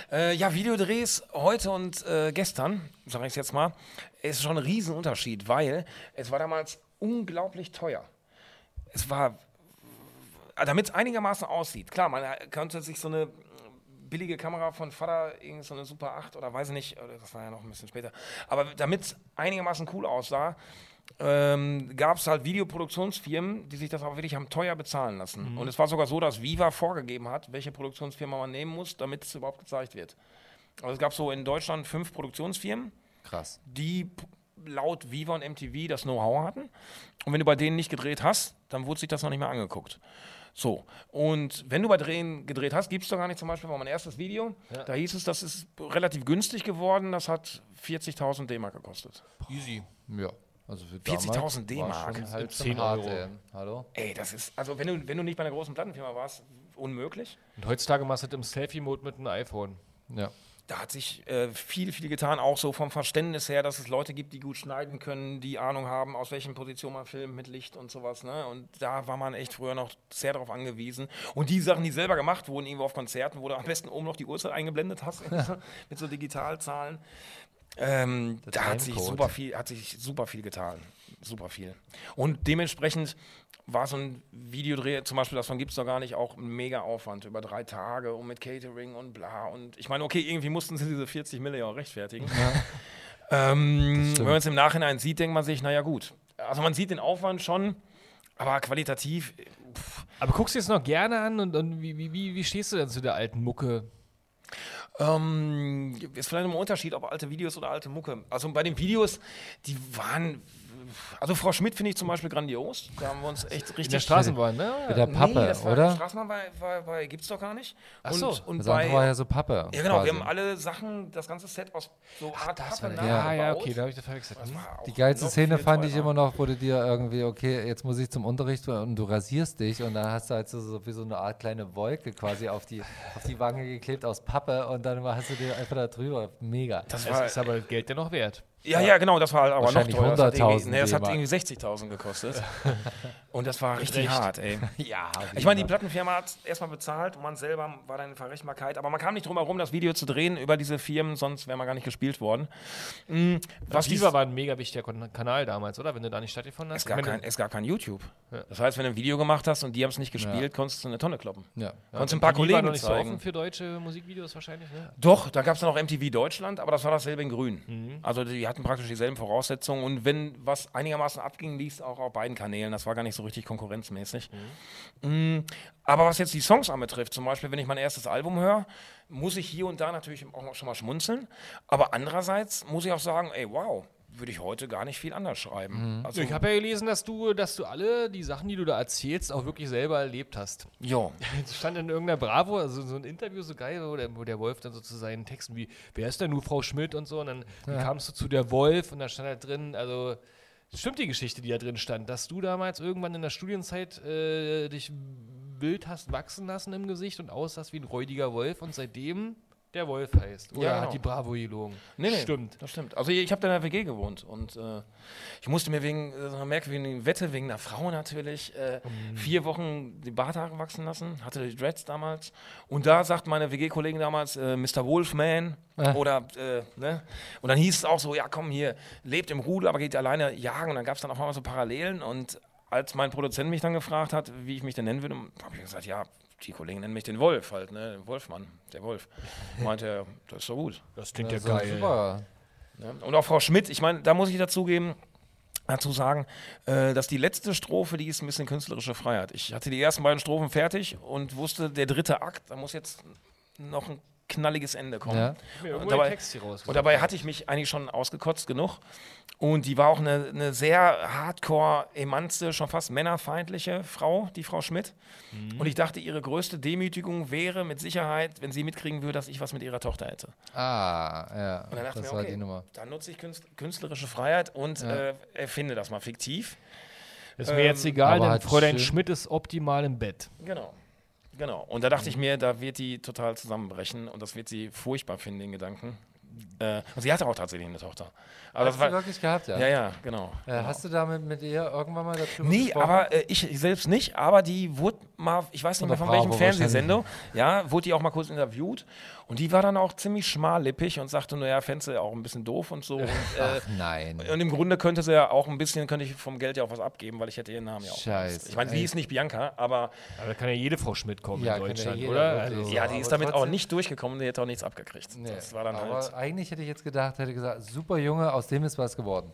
*laughs* äh, ja, Videodrehs heute und äh, gestern, sage ich jetzt mal, ist schon ein Riesenunterschied, weil es war damals unglaublich teuer. Es war, damit es einigermaßen aussieht, klar, man äh, könnte sich so eine billige Kamera von Vater, irgend so eine Super 8 oder weiß ich nicht, oder das war ja noch ein bisschen später, aber damit es einigermaßen cool aussah, ähm, gab es halt Videoproduktionsfirmen, die sich das auch wirklich haben teuer bezahlen lassen. Und es war sogar so, dass Viva vorgegeben hat, welche Produktionsfirma man nehmen muss, damit es überhaupt gezeigt wird. Also es gab so in Deutschland fünf Produktionsfirmen, Krass. die p- laut Viva und MTV das Know-how hatten. Und wenn du bei denen nicht gedreht hast, dann wurde sich das noch nicht mehr angeguckt. So, und wenn du bei Drehen gedreht hast, gibt es doch gar nicht zum Beispiel, war mein erstes Video, da hieß es, das ist relativ günstig geworden, das hat 40.000 D-Mark gekostet. Easy. Ja. Also für 40.000 damals war D-Mark. schon Halt 10 10 hart, Euro. Euro. Hallo? Ey, das ist, also wenn du, wenn du nicht bei einer großen Plattenfirma warst, unmöglich. Und heutzutage machst du das im Selfie-Mode mit einem iPhone. Äh, Ja. Da hat sich äh, viel, viel getan, auch so vom Verständnis her, dass es Leute gibt, die gut schneiden können, die Ahnung haben, aus welchen Positionen man filmt, mit Licht und sowas. Ne? Und da war man echt früher noch sehr darauf angewiesen. Und die Sachen, die selber gemacht wurden, irgendwo auf Konzerten, wo du am besten oben noch die Uhrzeit eingeblendet hast, *laughs* mit so Digitalzahlen. Ähm, da hat sich, Timecode. super viel, hat sich super viel getan. Super viel. Und dementsprechend war so ein Videodreh, zum Beispiel, davon gibt es noch gar nicht, auch ein mega Aufwand über drei Tage und mit Catering und bla. Und ich meine, okay, irgendwie mussten sie diese 40 Millionen auch rechtfertigen. ähm, wenn man es im Nachhinein sieht, denkt man sich, naja, gut. Also man sieht den Aufwand schon, aber qualitativ, äh, pff, Aber guckst du es noch gerne an und, und wie, wie, wie, wie stehst du denn zu der alten Mucke? ähm, ist vielleicht immer ein Unterschied, ob alte Videos oder alte Mucke. Also bei den Videos, die waren. Also Frau Schmidt finde ich zum Beispiel grandios. Da haben wir uns echt In der richtig Straßenbahn, ne? Mit der Pappe, nee, das war, oder? Straßenbahn bei, bei, bei gibt's doch gar nicht. Ach so. Und, und Das andere war bei, ja so Pappe. ja genau, quasi. wir haben alle Sachen, das ganze Set aus so Art Das war Pappe der ah, ja, nachgebaut. okay, da habe ich das verwechselt. Das Hm. war auch Die geilste noch Szene viel ne? fand ich teurer. immer noch, wo du dir irgendwie, okay, jetzt muss ich zum Unterricht und du rasierst dich und dann hast du halt so, so wie so eine Art kleine Wolke quasi auf die, auf die Wange geklebt aus Pappe und dann hast du dir einfach da drüber. Mega. Das Es war, ist aber das Geld dennoch wert. ja, ja, genau, das war aber noch Wahrscheinlich teurer. Das hat irgendwie, 100.000 nee, das hat D-Mark. irgendwie 60.000 *laughs* gekostet. Und das war richtig Recht. hart, ey. ja. Ich meine, die Plattenfirma hat erstmal bezahlt und man selber war dann in Verrechenbarkeit. Aber man kam nicht drum herum, das Video zu drehen über diese Firmen, sonst wäre man gar nicht gespielt worden. Mm, Was die- Viva war ein mega wichtiger Kon Kanal damals, oder? Wenn du da nicht stattgefunden hast. Es gab, Ich meine, kein, es gab kein YouTube. Das heißt, wenn du ein Video gemacht hast und die haben es nicht gespielt, Ja. konntest du eine Tonne kloppen. Ja. Konntest ein paar die war noch Kollegen nicht so zeigen. offen für deutsche Musikvideos wahrscheinlich, ne? Doch, da gab es dann auch MTV Deutschland, aber das war dasselbe in Grün. Also die hatten praktisch dieselben Voraussetzungen und wenn was einigermaßen abging, lief es auch auf beiden Kanälen. Das war gar nicht so richtig konkurrenzmäßig. Mm, Aber was jetzt die Songs anbetrifft, zum Beispiel, wenn ich mein erstes Album höre, muss ich hier und da natürlich auch noch schon mal schmunzeln. Aber andererseits muss ich auch sagen, ey, wow, würde ich heute gar nicht viel anders schreiben. Also, Ich habe ja gelesen, dass du, dass du alle die Sachen, die du da erzählst, auch wirklich selber erlebt hast. ja. Es stand in irgendeiner Bravo, also so ein Interview so geil, wo der, wo der Wolf dann so zu seinen Texten wie, wer ist denn nur Frau Schmidt und so, und dann wie kamst du zu der Wolf und da stand da drin, also stimmt die Geschichte, die da drin stand, dass du damals irgendwann in der Studienzeit äh, dich wild hast wachsen lassen im Gesicht und aussahst wie ein räudiger Wolf und seitdem der Wolf heißt. Oder Ja, genau. hat die Bravo gelogen? Nee, nee, Stimmt. Das stimmt. Also ich habe da in der WG gewohnt und äh, ich musste mir wegen äh, so einer merkwürdigen Wette, wegen einer Frau natürlich, äh, vier Wochen die Barthaare wachsen lassen, hatte die Dreads damals. Und da sagt meine WG-Kollegin damals, äh, Mr. Wolfman oder, äh, ne? Und dann hieß es auch so, ja komm hier, lebt im Rudel, aber geht alleine jagen. Und dann gab es dann auch mal so Parallelen und als mein Produzent mich dann gefragt hat, wie ich mich denn nennen würde, habe ich gesagt, ja, die Kollegen nennen mich den Wolf halt, ne? Den Wolfmann, der Wolf. Meinte er, das ist so gut. Das klingt Das ist Super. Ne? Und auch Frau Schmidt, ich meine, da muss ich dazugeben, dazu sagen, äh, dass die letzte Strophe, die ist ein bisschen künstlerische Freiheit. Ich hatte die ersten beiden Strophen fertig und wusste, der dritte Akt, da muss jetzt noch ein knalliges Ende kommen. Ja. Und dabei, hier raus. und dabei hatte ich mich eigentlich schon ausgekotzt genug. Und die war auch eine, eine sehr hardcore, emanze, schon fast männerfeindliche Frau, die Frau Schmidt. Und ich dachte, ihre größte Demütigung wäre mit Sicherheit, wenn sie mitkriegen würde, dass ich was mit ihrer Tochter hätte. Ah, ja. Und dann dachte Das ich mir, war okay, die Nummer. dann nutze ich künst- künstlerische Freiheit und äh, erfinde das mal fiktiv. Ist mir jetzt egal, aber denn halt Fräulein schön- Schmidt ist optimal im Bett. Genau. Genau. Und da dachte Mhm. ich mir, da wird die total zusammenbrechen und das wird sie furchtbar finden, den Gedanken. Äh, und sie hatte auch tatsächlich eine Tochter. Aber Hast das du war, wirklich gehabt, ja? ja, ja, genau. Äh, hast du damit mit ihr irgendwann mal dazu Nee, gesprochen? aber äh, ich selbst nicht, aber die wurde mal, ich weiß nicht Oder mehr von welchem Bravo Fernsehsender, ja, wurde die auch mal kurz interviewt und die war dann auch ziemlich schmallippig und sagte, naja, fändst du ja auch ein bisschen doof und so. Und, äh, Ach nein. Und im Grunde könnte sie ja auch ein bisschen, könnte ich vom Geld ja auch was abgeben, weil ich hätte ihren Namen ja auch. Scheiße, benutzt. Ich meine, sie ey. ist nicht Bianca, aber Aber da kann ja jede Frau Schmidt kommen Ja, in kann ja Deutschland, jeder, oder? wirklich. Also, ja, die aber ist damit auch trotzdem- nicht durchgekommen, die hätte auch nichts abgekriegt. Das war dann aber halt. eigentlich hätte ich jetzt gedacht, hätte gesagt, super Junge, aus dem ist was geworden.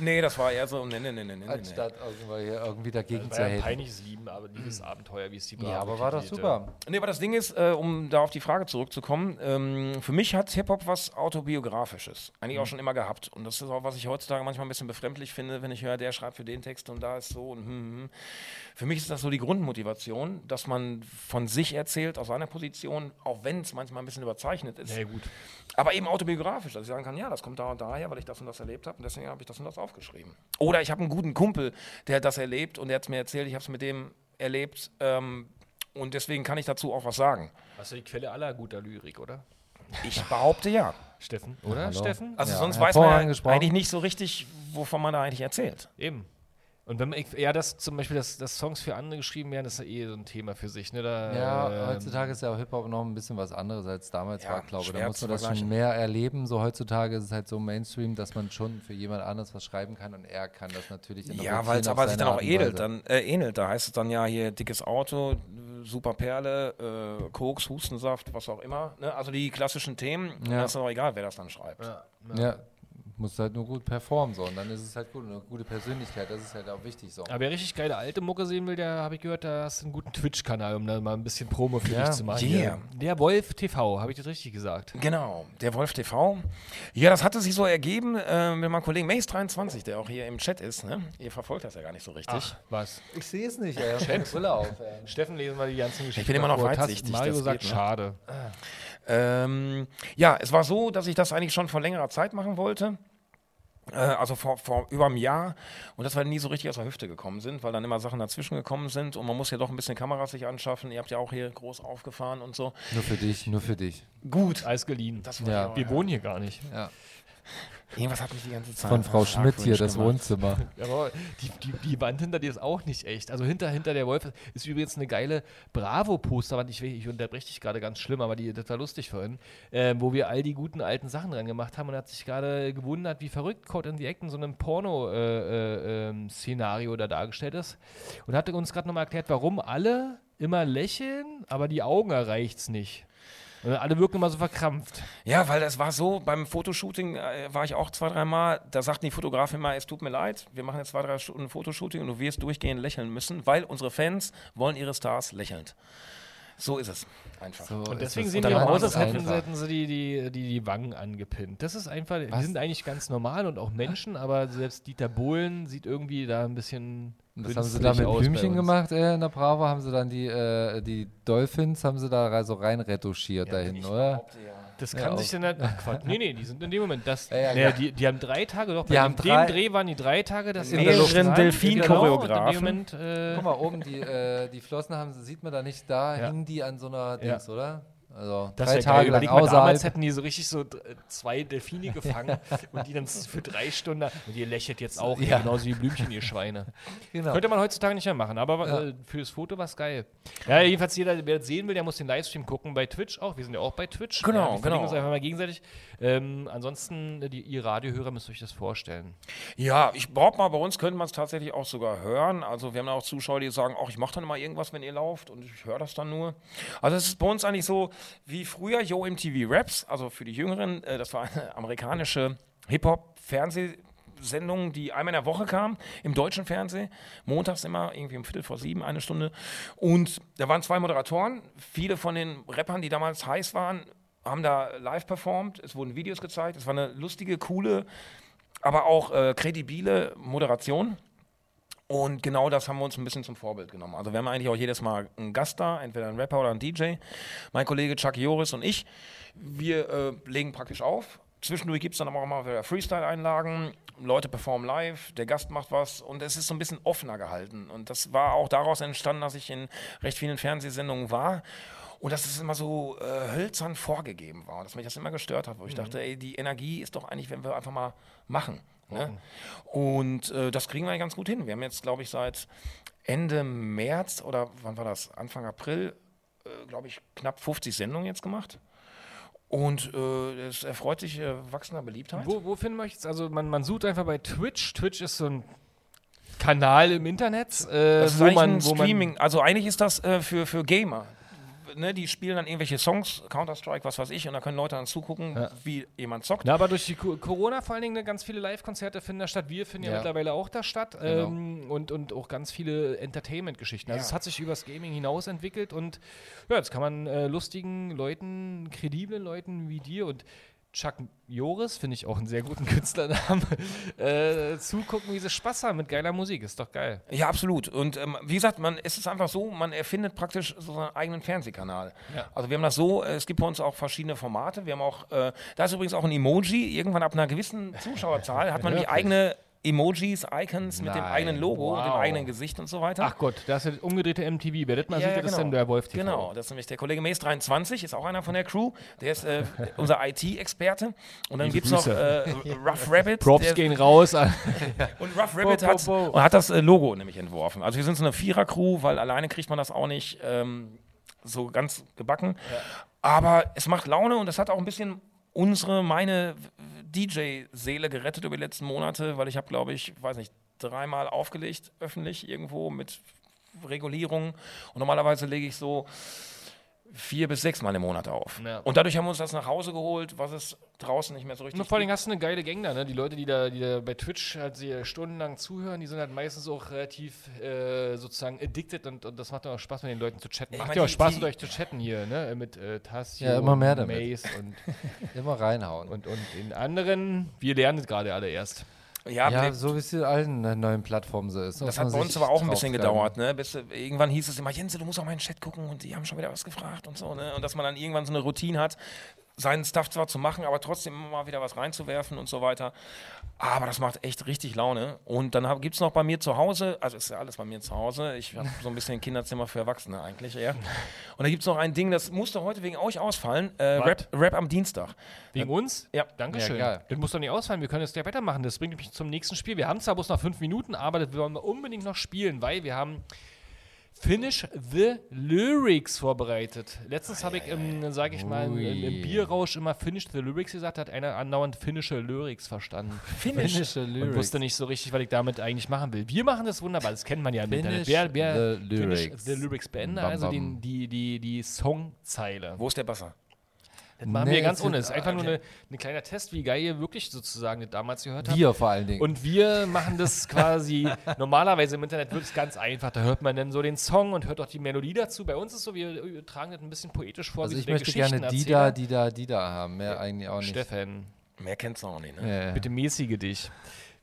Nee, das war eher so, nee, nee, nee, nee, Äh, nee, nee. Anstatt irgendwie, hier irgendwie dagegen war zu ja ein haten. peinliches Lieben, aber liebes Abenteuer, wie es die Bravo Mhm. Ja, aber war doch titulierte. super. Nee, aber das Ding ist, äh, um da auf die Frage zurückzukommen, ähm, für mich hat Hip-Hop was Autobiografisches. Eigentlich Mhm. auch schon immer gehabt. Und das ist auch, was ich heutzutage manchmal ein bisschen befremdlich finde, wenn ich höre, der schreibt für den Text und da ist so und hm, hm. Für mich ist das so die Grundmotivation, dass man von sich erzählt, aus seiner Position, auch wenn es manchmal ein bisschen überzeichnet ist. Ja, gut. Aber eben autobiografisch, dass ich sagen kann, ja, das kommt da und daher, weil ich das und das erlebt habe und deswegen habe ich das und das aufgeschrieben. Oder ich habe einen guten Kumpel, der hat das erlebt und der hat es mir erzählt, ich habe es mit dem erlebt ähm, und deswegen kann ich dazu auch was sagen. Hast du die Quelle aller guter Lyrik, oder? Ich behaupte ja. Steffen, oder? hallo. Steffen? Also Ja, sonst Herr weiß man Vorhang ja gesprochen. eigentlich nicht so richtig, wovon man da eigentlich erzählt. Eben. Und wenn man, ich- ja, das zum Beispiel, dass, dass Songs für andere geschrieben werden, ist ja eh so ein Thema für sich, ne? Da, Ja, ähm, heutzutage ist ja auch Hip-Hop noch ein bisschen was anderes als damals Ja, war, glaube ich. Da schwer muss zu man das schon vergleichen. mehr erleben. So heutzutage ist es halt so Mainstream, dass man schon für jemand anderes was schreiben kann und er kann das natürlich Ja, interpretieren weil es Genau, auf aber sich seine dann auch Art und Weise. edelt, dann, äh, ähnelt. Da heißt es dann ja hier dickes Auto, äh, super Perle, äh, Koks, Hustensaft, was auch immer. Ne? Also die klassischen Themen. Und Ja. Das ist auch egal, wer das dann schreibt. Ja, muss halt nur gut performen so und dann ist es halt gut. Eine gute Persönlichkeit, das ist halt auch wichtig so. Aber wer richtig geile alte Mucke sehen will, der habe ich gehört, da hast du einen guten Twitch-Kanal, um da mal ein bisschen Promo für Ja, dich zu machen. yeah. Hier. Der Wolf TV, habe ich das richtig gesagt? Genau, der Wolf TV. Ja, das hatte sich so ergeben äh, mit meinem Kollegen Mace23, der auch hier im Chat ist. Ne? Ihr verfolgt das ja gar nicht so richtig. was? Ich sehe es nicht, ey. Meine Brille auf, ey. Steffen, lesen wir die ganzen Geschichten. bin immer noch vor. Tast- weitsichtig, Mario das sagt, geht, ne? schade. Ähm, ja, es war so, dass ich das eigentlich schon vor längerer Zeit machen wollte. Äh, also vor, vor über einem Jahr. Und das wir nie so richtig aus der Hüfte gekommen sind, weil dann immer Sachen dazwischen gekommen sind. Und man muss ja doch ein bisschen Kameras sich anschaffen. Ihr habt ja auch hier groß aufgefahren und so. Nur für dich, nur für dich. Gut. Alles geliehen. Das war Ja. ja. Wir wohnen hier gar nicht. Irgendwas hat mich die ganze Zeit. Von Frau Schmidt hier, fragwürdig das gemacht. Wohnzimmer. Aber die, die, die Wand hinter dir ist auch nicht echt. Also hinter, hinter der Wolf ist übrigens eine geile Bravo-Posterwand. Ich, will- ich unterbreche dich gerade ganz schlimm, aber die, das war lustig vorhin. Äh, wo wir all die guten alten Sachen dran gemacht haben und hat sich gerade gewundert, wie verrückt Code in the Act in so einem äh, Porno-Szenario ähm, da dargestellt ist. Und hatte uns gerade nochmal erklärt, warum alle immer lächeln, aber die Augen erreicht's nicht. Und alle wirken immer so verkrampft. Ja, weil das war so, beim Fotoshooting äh, war ich auch zwei, dreimal, da sagten die Fotografen immer, es tut mir leid, wir machen jetzt zwei, drei Stunden Fotoshooting und du wirst durchgehend lächeln müssen, weil unsere Fans wollen ihre Stars lächelnd. So ist es einfach. Und deswegen sehen halt sind die dann auch machen aus, als sie es hätten, sie- hätten sie die, die, die, die Wangen angepinnt. Das ist einfach, die Was? sind eigentlich ganz normal und auch Menschen, aber selbst Dieter Bohlen sieht irgendwie da ein bisschen. Das haben sie künstlich da mit aus bei Blümchen uns. gemacht äh, in der Bravo, haben sie dann die, äh, die Dolphins, haben sie da so rein retuschiert da hinten, oder? Das kann Ja, sich dann. *laughs* Ach, Quatsch. Nee, nee, die sind in dem Moment. Das, ja, nee, klar. die, die haben drei Tage doch. Die bei haben dem drei- Dreh waren die drei Tage, dass In der Luft. Genau, Choreografen. Delfin-Choreografen. Moment, äh, Guck mal, oben die, äh, die Flossen haben sie, sieht man da nicht, da Ja. hingen die an so Ja. einer Dings, oder? Also Das wär drei geil. Tage lang Überleg mal, damals außerhalb. hätten die so richtig so d- zwei Delfine *laughs* gefangen und die dann für drei Stunden. Und ihr lächelt jetzt auch, Ja. ja. genauso wie Blümchen, ihr Schweine. Genau. Könnte man heutzutage nicht mehr machen, aber äh, fürs Foto war es geil. Ja, jedenfalls jeder, wer das sehen will, der muss den Livestream gucken bei Twitch auch. Wir sind ja auch bei Twitch. Genau, ja, wir verlinken genau. uns einfach mal gegenseitig. Ähm, ansonsten, äh, die, ihr Radiohörer müsst euch das vorstellen. Ja, ich behaupte mal, bei uns könnte man es tatsächlich auch sogar hören. Also wir haben auch Zuschauer, die sagen, ach, ich mache dann mal irgendwas, wenn ihr lauft und ich höre das dann nur. Also es ist bei uns eigentlich so wie früher Yo MTV Raps, also für die Jüngeren, äh, das war eine amerikanische Hip-Hop-Fernsehsendung, die einmal in der Woche kam, im deutschen Fernsehen, montags immer, irgendwie um Viertel vor sieben, eine Stunde. Und da waren zwei Moderatoren, viele von den Rappern, die damals heiß waren, haben da live performt, es wurden Videos gezeigt, es war eine lustige, coole aber auch äh, kredibile Moderation. Und genau das haben wir uns ein bisschen zum Vorbild genommen. Also wir haben eigentlich auch jedes Mal einen Gast da, entweder einen Rapper oder einen DJ. Mein Kollege Chuck Joris und ich, wir äh, legen praktisch auf. Zwischendurch gibt es dann aber auch mal wieder Freestyle-Einlagen, Leute performen live, der Gast macht was und es ist so ein bisschen offener gehalten. Und das war auch daraus entstanden, dass ich in recht vielen Fernsehsendungen war und dass es immer so äh, hölzern vorgegeben war und dass mich das immer gestört hat, wo ich Mhm. dachte, ey, die Energie ist doch eigentlich, wenn wir einfach mal machen. Ne? Mhm. Und äh, das kriegen wir eigentlich ganz gut hin. Wir haben jetzt, glaube ich, seit Ende März oder wann war das? Anfang April, äh, glaube ich, knapp 50 Sendungen jetzt gemacht. Und äh, es erfreut sich äh, wachsender Beliebtheit. Wo, wo finden wir euch jetzt? Also man, man sucht einfach bei Twitch. Twitch ist so ein Kanal im Internet, äh, Das ist wo eigentlich man ein wo man- Streaming. also eigentlich ist das äh, für, für Gamer. Ne, die spielen dann irgendwelche Songs, Counter-Strike, was weiß ich, und da können Leute dann zugucken, wie jemand zockt. Na, aber durch die Co- Corona vor allen Dingen ne, ganz viele Live-Konzerte finden da statt. Wir finden ja, Ja. mittlerweile auch da statt. Ähm, und, und auch ganz viele Entertainment-Geschichten. Also Ja. es hat sich übers Gaming hinaus entwickelt und ja, jetzt kann man äh, lustigen Leuten, krediblen Leuten wie dir und Chuck Joris, finde ich auch einen sehr guten *laughs* Künstlernamen, äh, zugucken, wie sie Spaß haben mit geiler Musik. Ist doch geil. Ja, absolut. Und ähm, wie gesagt, man, es ist einfach so, man erfindet praktisch so seinen eigenen Fernsehkanal. Also wir haben das so, äh, es gibt bei uns auch verschiedene Formate. Wir haben auch, äh, da ist übrigens auch ein Emoji. Irgendwann ab einer gewissen *laughs* Zuschauerzahl hat man die eigene Emojis, Icons mit dem Nein, eigenen Logo, und dem wow. eigenen Gesicht und so weiter. Ach Gott, das ist ja das umgedrehte MTV. Wer das mal sieht, das ist dann der Wolf TV. Genau, das ist nämlich der Kollege Mace 23, ist auch einer von der Crew. Der *laughs* ist äh, unser IT-Experte. Und dann gibt es noch äh, Rough Rabbit. *laughs* Props der- gehen raus an und Rough Rabbit Bo, hat, bo. und hat das äh, Logo nämlich entworfen. Also wir sind so eine Vierer-Crew, weil alleine kriegt man das auch nicht ähm, so ganz gebacken. Aber es macht Laune und das hat auch ein bisschen unsere, meine DJ-Seele gerettet über die letzten Monate, weil ich habe, glaube ich, weiß nicht, dreimal aufgelegt, öffentlich irgendwo mit Regulierung. Und normalerweise lege ich so vier bis sechs Mal im Monat auf. Ja. Und dadurch haben wir uns das nach Hause geholt, was es draußen nicht mehr so richtig Und vor allen Dingen hast du eine geile Gang da, ne? Die Leute, die da, die da bei Twitch halt sie stundenlang zuhören, die sind halt meistens auch relativ äh, sozusagen addicted und, und das macht dann auch Spaß, mit den Leuten zu chatten. Ich macht meine, ja auch die- Spaß, die- mit euch zu chatten hier, ne? Mit äh, Tassio, Ja, immer mehr und damit. Mace und, Immer reinhauen. und, und den anderen. Wir lernen es gerade alle erst. gibt. ja, nee, so wie es in allen äh, neuen Plattformen so ist. Das hat bei uns aber auch ein bisschen gedauert, ne? Bis, äh, irgendwann hieß es immer, Jense, du musst auch mal in den Chat gucken und die haben schon wieder was gefragt und so, ne? Und dass man dann irgendwann so eine Routine hat, seinen Stuff zwar zu machen, aber trotzdem immer mal wieder was reinzuwerfen und so weiter. Aber das macht echt richtig Laune. Und dann gibt es noch bei mir zu Hause, also ist ja alles bei mir zu Hause, ich habe so ein bisschen ein Kinderzimmer für Erwachsene eigentlich eher. Und da gibt es noch ein Ding, das musste heute wegen euch ausfallen, äh, Was? Rap, Rap am Dienstag. Wegen uns? Ja. Dankeschön. Ja, geil. das muss doch nicht ausfallen, wir können es ja weitermachen. Das bringt mich zum nächsten Spiel. Wir haben zwar bloß noch fünf Minuten, aber das wollen wir unbedingt noch spielen, weil wir haben Finish the Lyrics vorbereitet. Letztens habe ich, im, sage ich mal, im, im Bierrausch immer Finish the Lyrics gesagt, hat einer andauernd finnische Lyrics verstanden. *laughs* Finnische Und wusste Lyrics. nicht so richtig, was ich damit eigentlich machen will. Wir machen das wunderbar, das kennt man ja im Internet. Wer, wer the Lyrics. the Lyrics beende, Bam, also bam. den, die, die, die Songzeile. Wo ist der Basser? Das machen Nee, wir ganz es sind- ohne. Es ist einfach nur ein ne kleiner Test, wie geil ihr wirklich sozusagen das damals gehört habt. Wir vor allen Dingen. Und wir machen das *laughs* quasi, normalerweise im Internet wird es ganz einfach. Da hört man dann so den Song und hört auch die Melodie dazu. Bei uns ist so, wir äh, tragen das ein bisschen poetisch vor. also wie ich der möchte gerne die da, Geschichtenerzähler. die da, die da haben. Mehr eigentlich auch nicht. Steffen, Mehr kennst du auch nicht, ne? Ja, ja. bitte mäßige dich.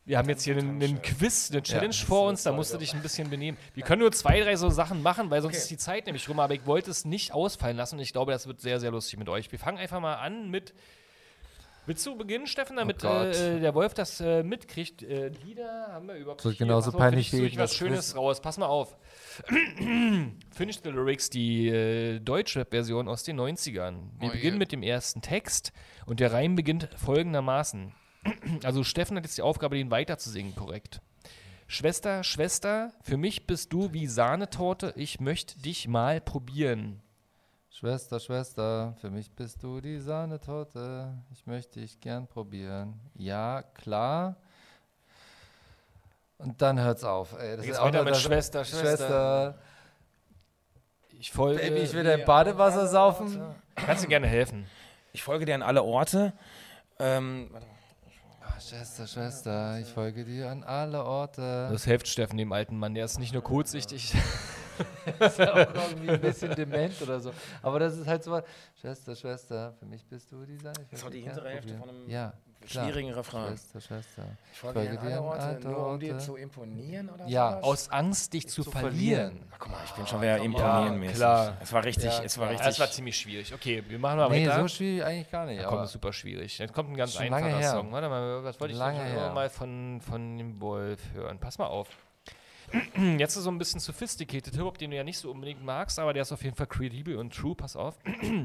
Wir haben jetzt hier einen, einen Quiz, eine Challenge vor uns, da musst du dich ein bisschen benehmen. Wir können nur zwei, drei so Sachen machen, weil sonst ist die Zeit nämlich rum, aber ich wollte es nicht ausfallen lassen und ich glaube, das wird sehr, sehr lustig mit euch. Wir fangen einfach mal an mit Willst du beginnen, Steffen, damit Gott. äh, der Wolf das äh, mitkriegt? Äh, Lieder haben wir überhaupt Das ist hier. genauso Pass auf, genau, peinlich finde wie ich, suche ich eben was das Schönes Quiz. raus. Pass mal auf. *clears throat* Finish the Lyrics, die äh, deutsche Version aus den 90ern. Wir Oh je. beginnen mit dem ersten Text und der Reim beginnt folgendermaßen. *clears throat* also Steffen hat jetzt die Aufgabe, den weiterzusingen, korrekt. Schwester, Schwester, für mich bist du wie Sahnetorte, ich möchte dich mal probieren. Schwester, Schwester, für mich bist du die Sahnetorte. Ich möchte dich gern probieren. Ja, klar. Und dann hört's auf. Ey, das Geht's ist auch weiter nur mit das- Schwester, Schwester. Schwester. Äh, Ich folge. Baby, ich will dein Badewasser saufen. Kannst du gerne helfen. Ich folge dir an alle Orte. Ähm, warte mal. Ah, Schwester, Schwester, ich folge dir an alle *laughs* Orte. Das hilft Steffen dem alten Mann. Der ist nicht nur kurzsichtig. Irgendwie ein bisschen dement oder so. Aber das ist halt so was. Schwester, Schwester, für mich bist du die Sahnetorte. Das war die hintere Hälfte von einem ja, klar. schwierigen Refrain. Schwester, Schwester, Ich folge dir an alle Orte, nur um dir zu imponieren oder Ja. sowas? Aus Angst, dich zu, verlieren. Ach, guck mal, ich bin schon wieder imponieren mäßig. klar. Es war richtig, Ja, es war Ja, richtig. das war ziemlich schwierig. Okay, wir machen mal Nee, weiter. so schwierig eigentlich gar nicht. Komm, aber- Äh, ist super schwierig. Jetzt kommt ein ganz Schon lange einfacher her. Song. Warte mal, was wollte ich Lange denn her. schon mal von, von dem Wolf hören? Pass mal auf. *clears throat* Jetzt ist so ein bisschen sophisticated Hip-Hop, den du ja nicht so unbedingt magst, aber der ist auf jeden Fall credibel und true. Pass auf. *clears throat*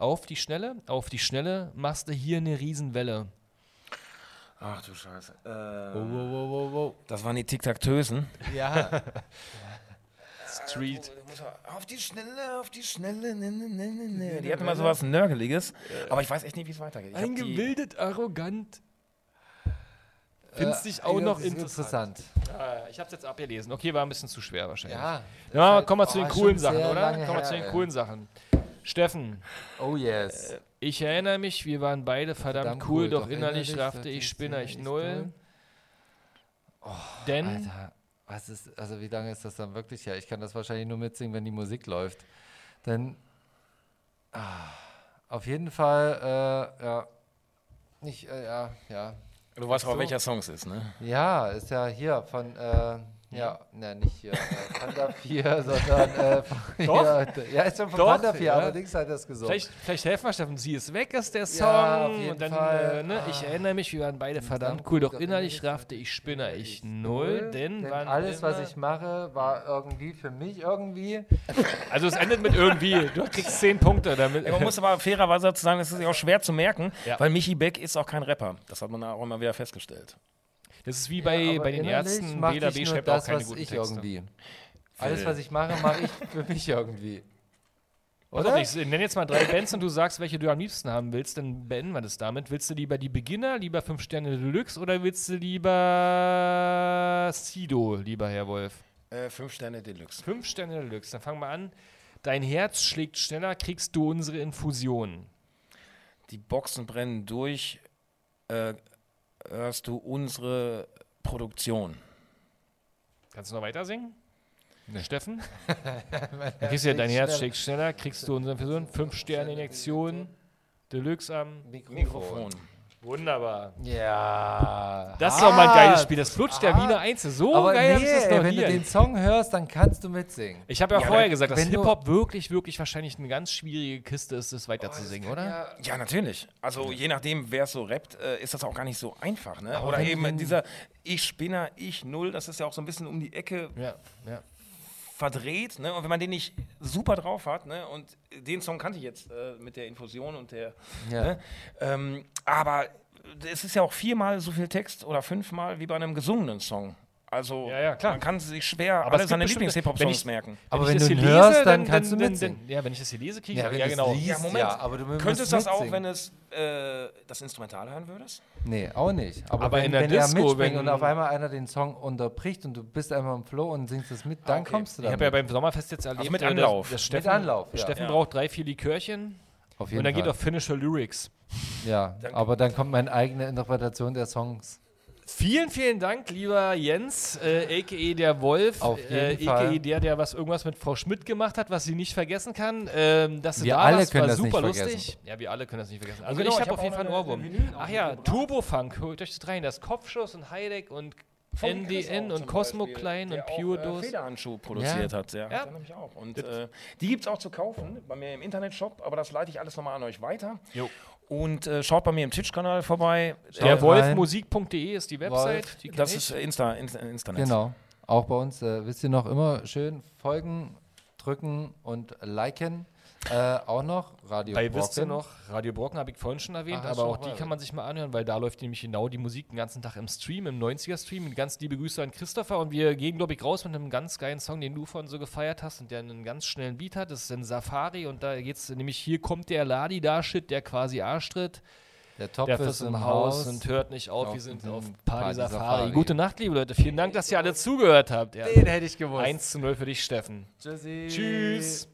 Auf die Schnelle, auf die Schnelle machst du hier eine Riesenwelle. Ach du Scheiße. Äh, Wow, wow, wow, wow. Das waren die Tic-Tac-Tösen. *laughs* Ja, Street. Auf die Schnelle, auf die Schnelle, ne, ne, ne, ne, ne. Die hatten mal sowas Nörgeliges, aber ich weiß echt nicht, wie es weitergeht. Ich hab die, arrogant. Findest dich ja, das ist Äh, ich hab's jetzt abgelesen. Okay, war ein bisschen zu schwer wahrscheinlich. Ja. Na, Halt- kommen wir zu oh, den schon coolen Sachen, sehr oder? lange Kommen wir zu her, den ey. coolen Sachen. Steffen, Oh yes. ich erinnere mich, wir waren beide verdammt, Verdammt cool, cool, doch doch innerlich innerlich raffte dachte ich, ich, spinner ich ich null. Oh, null. Denn Alter, was ist, also wie lange ist das dann wirklich her? Ich kann das wahrscheinlich nur mitsingen, wenn die Musik läuft. Denn ah, auf jeden Fall, äh, ja. Nicht, äh, ja, ja. du weißt auch, welcher Song es ist, ne? Ja, ist ja hier von, äh, ja, ne, nicht hier, äh, Panda 4, sondern äh, *laughs* von Doch. hier, ja, ist schon von Doch, Panda 4, ja. allerdings hat er es gesungen. vielleicht, vielleicht helfen wir Steffen, sie ist weg, ist der Song. Ja, auf jeden und dann, Fall. Ah. Äh, ne, ich erinnere mich, wir waren beide verdammt Verdammt cool, cool, doch doch innerlich innerlich raffte ich, spinner ich null. Denn, Denn wann alles, was immer- ich mache, war irgendwie für mich irgendwie. *laughs* Also es endet mit irgendwie. Du kriegst zehn Punkte damit. *laughs* Man muss aber fairerweise dazu sagen, das ist ja auch schwer zu merken, Ja. weil Michi Beck ist auch kein Rapper. Das hat man auch immer wieder festgestellt. Das ist wie bei, Aber bei den innerlich Ärzten. machte BLAB ich nur schreibt das, auch keine was guten ich Texte. irgendwie. Alles, was ich mache, mache ich für mich irgendwie. Oder? Oder? Ich nenne jetzt mal drei Bands und du sagst, welche du am liebsten haben willst, dann beenden wir das damit. Willst du lieber die Beginner, lieber 5 Sterne Deluxe oder willst du lieber Sido, lieber Herr Wolf? Äh, fünf Sterne Deluxe. 5 Sterne Deluxe, dann fangen wir an. Dein Herz schlägt schneller, kriegst du unsere Infusion. Die Boxen brennen durch, äh, hörst du unsere Produktion. Kannst du noch weiter singen? Ne, *laughs* Steffen? Dann kriegst du ja dein Herz schlägt schneller, kriegst du unsere Infusion. 5 Sterne Injektion, Deluxe am Mikrofon. Wunderbar. Ja. Das ist doch mal ein geiles Hart. Spiel. Das flutscht der Wiener Einzel. So Ah. Aber geil nee, ist das noch wenn hier. du den Song hörst, dann kannst du mitsingen. Ich habe ja, vorher gesagt, dass wenn du- Hip-Hop wirklich, wirklich wahrscheinlich eine ganz schwierige Kiste ist, das weiter zu singen, oder? Ja, natürlich. Also je nachdem, wer es so rappt, äh, ist das auch gar nicht so einfach. Ne? Oder wenn- eben wenn- dieser Ich Spinner, Ich Null, das ist ja auch so ein bisschen um die Ecke Ja, ja. verdreht. Ne? Und wenn man den nicht super drauf hat, ne? und den Song kannte ich jetzt äh, mit der Infusion und der. Ja. Ne? Ähm, aber es ist ja auch viermal so viel Text oder fünfmal wie bei einem gesungenen Song. Also Ja, ja, klar. man kann sich schwer Aber es alle gibt bestimmte- seine wenn ich- Lieblings-Hip-Hop-Songs merken. Aber ich wenn das du ihn hier hörst, dann kannst du dann, mitsingen. ja, wenn ich das hier lese, kriege ich Ja, wenn ja du es genau. liest, Ja, Moment. ja, aber du musst Könntest du das auch, wenn mitsingen. es äh, das Instrumental hören würdest? Nee, auch nicht. Aber, Aber wenn, in der wenn Disco, er mitspringt wenn- und auf einmal einer den Song unterbricht und du bist einmal im Flow und singst es mit, dann okay. kommst du Ich damit. habe ja beim Sommerfest jetzt erlebt, Also mit äh, dass- Anlauf. dass Steffen, Anlauf, ja. Steffen Ja. braucht drei, vier Likörchen auf und dann geht auf Finisher Lyrics. Ja, aber dann kommt meine eigene Interpretation der Songs. Vielen, vielen Dank, lieber Jens, äh, a.k.a. der Wolf, Auf äh, jeden a.k.a. Fall. der, der was irgendwas mit Frau Schmidt gemacht hat, was sie nicht vergessen kann. Ähm, dass du Wir da alle warst, können war das nicht super lustig. vergessen. Ja, wir alle können das nicht vergessen. Also genau, ich ich habe hab auf jeden auch Fall einen eine- Ohrwurm. eine Vinyl Ach ja, Turbofunk, holt euch das rein. Das Kopfschuss und Heideck und NDN und Cosmo Klein äh, und Pure Dos. Dose. Federhandschuh produziert hat. Ja, Ja. ja. ich auch. Und äh, die gibt es auch zu kaufen bei mir im Internetshop, aber das leite ich alles nochmal an euch weiter. Jo. Und äh, schaut bei mir im Twitch-Kanal vorbei. Äh, Schaut rein. Derwolfmusik.de E ist die Website. Wolf. Die kenn Das ich. ist äh, Insta, Insta, Instanet. Genau. Auch bei uns, äh, wisst ihr noch, immer schön folgen, drücken und liken. Äh, auch noch Radio Bei wisst ihr Brocken. noch, Radio Brocken habe ich vorhin schon erwähnt, Ach, hast aber du auch noch die mal kann man sich mal anhören, weil da läuft nämlich genau die Musik den ganzen Tag im Stream, im 90er-Stream. Ganz liebe Grüße an Christopher und wir gehen, glaube ich, raus mit einem ganz geilen Song, den du vorhin so gefeiert hast und der einen ganz schnellen Beat hat. Das ist ein Safari und da geht's nämlich, hier kommt der Ladi da shit, der quasi Arschtritt, Der Topf der ist im Haus Haus. und hört nicht auf, Auf wir sind dem auf Party Party Safari. Safari. Gute Nacht, liebe Leute. Vielen Dank, dass ihr alle zugehört habt. Ja. Den hätte ich gewusst. 1 zu 0 für dich, Steffen. Tschüssi. Tschüss.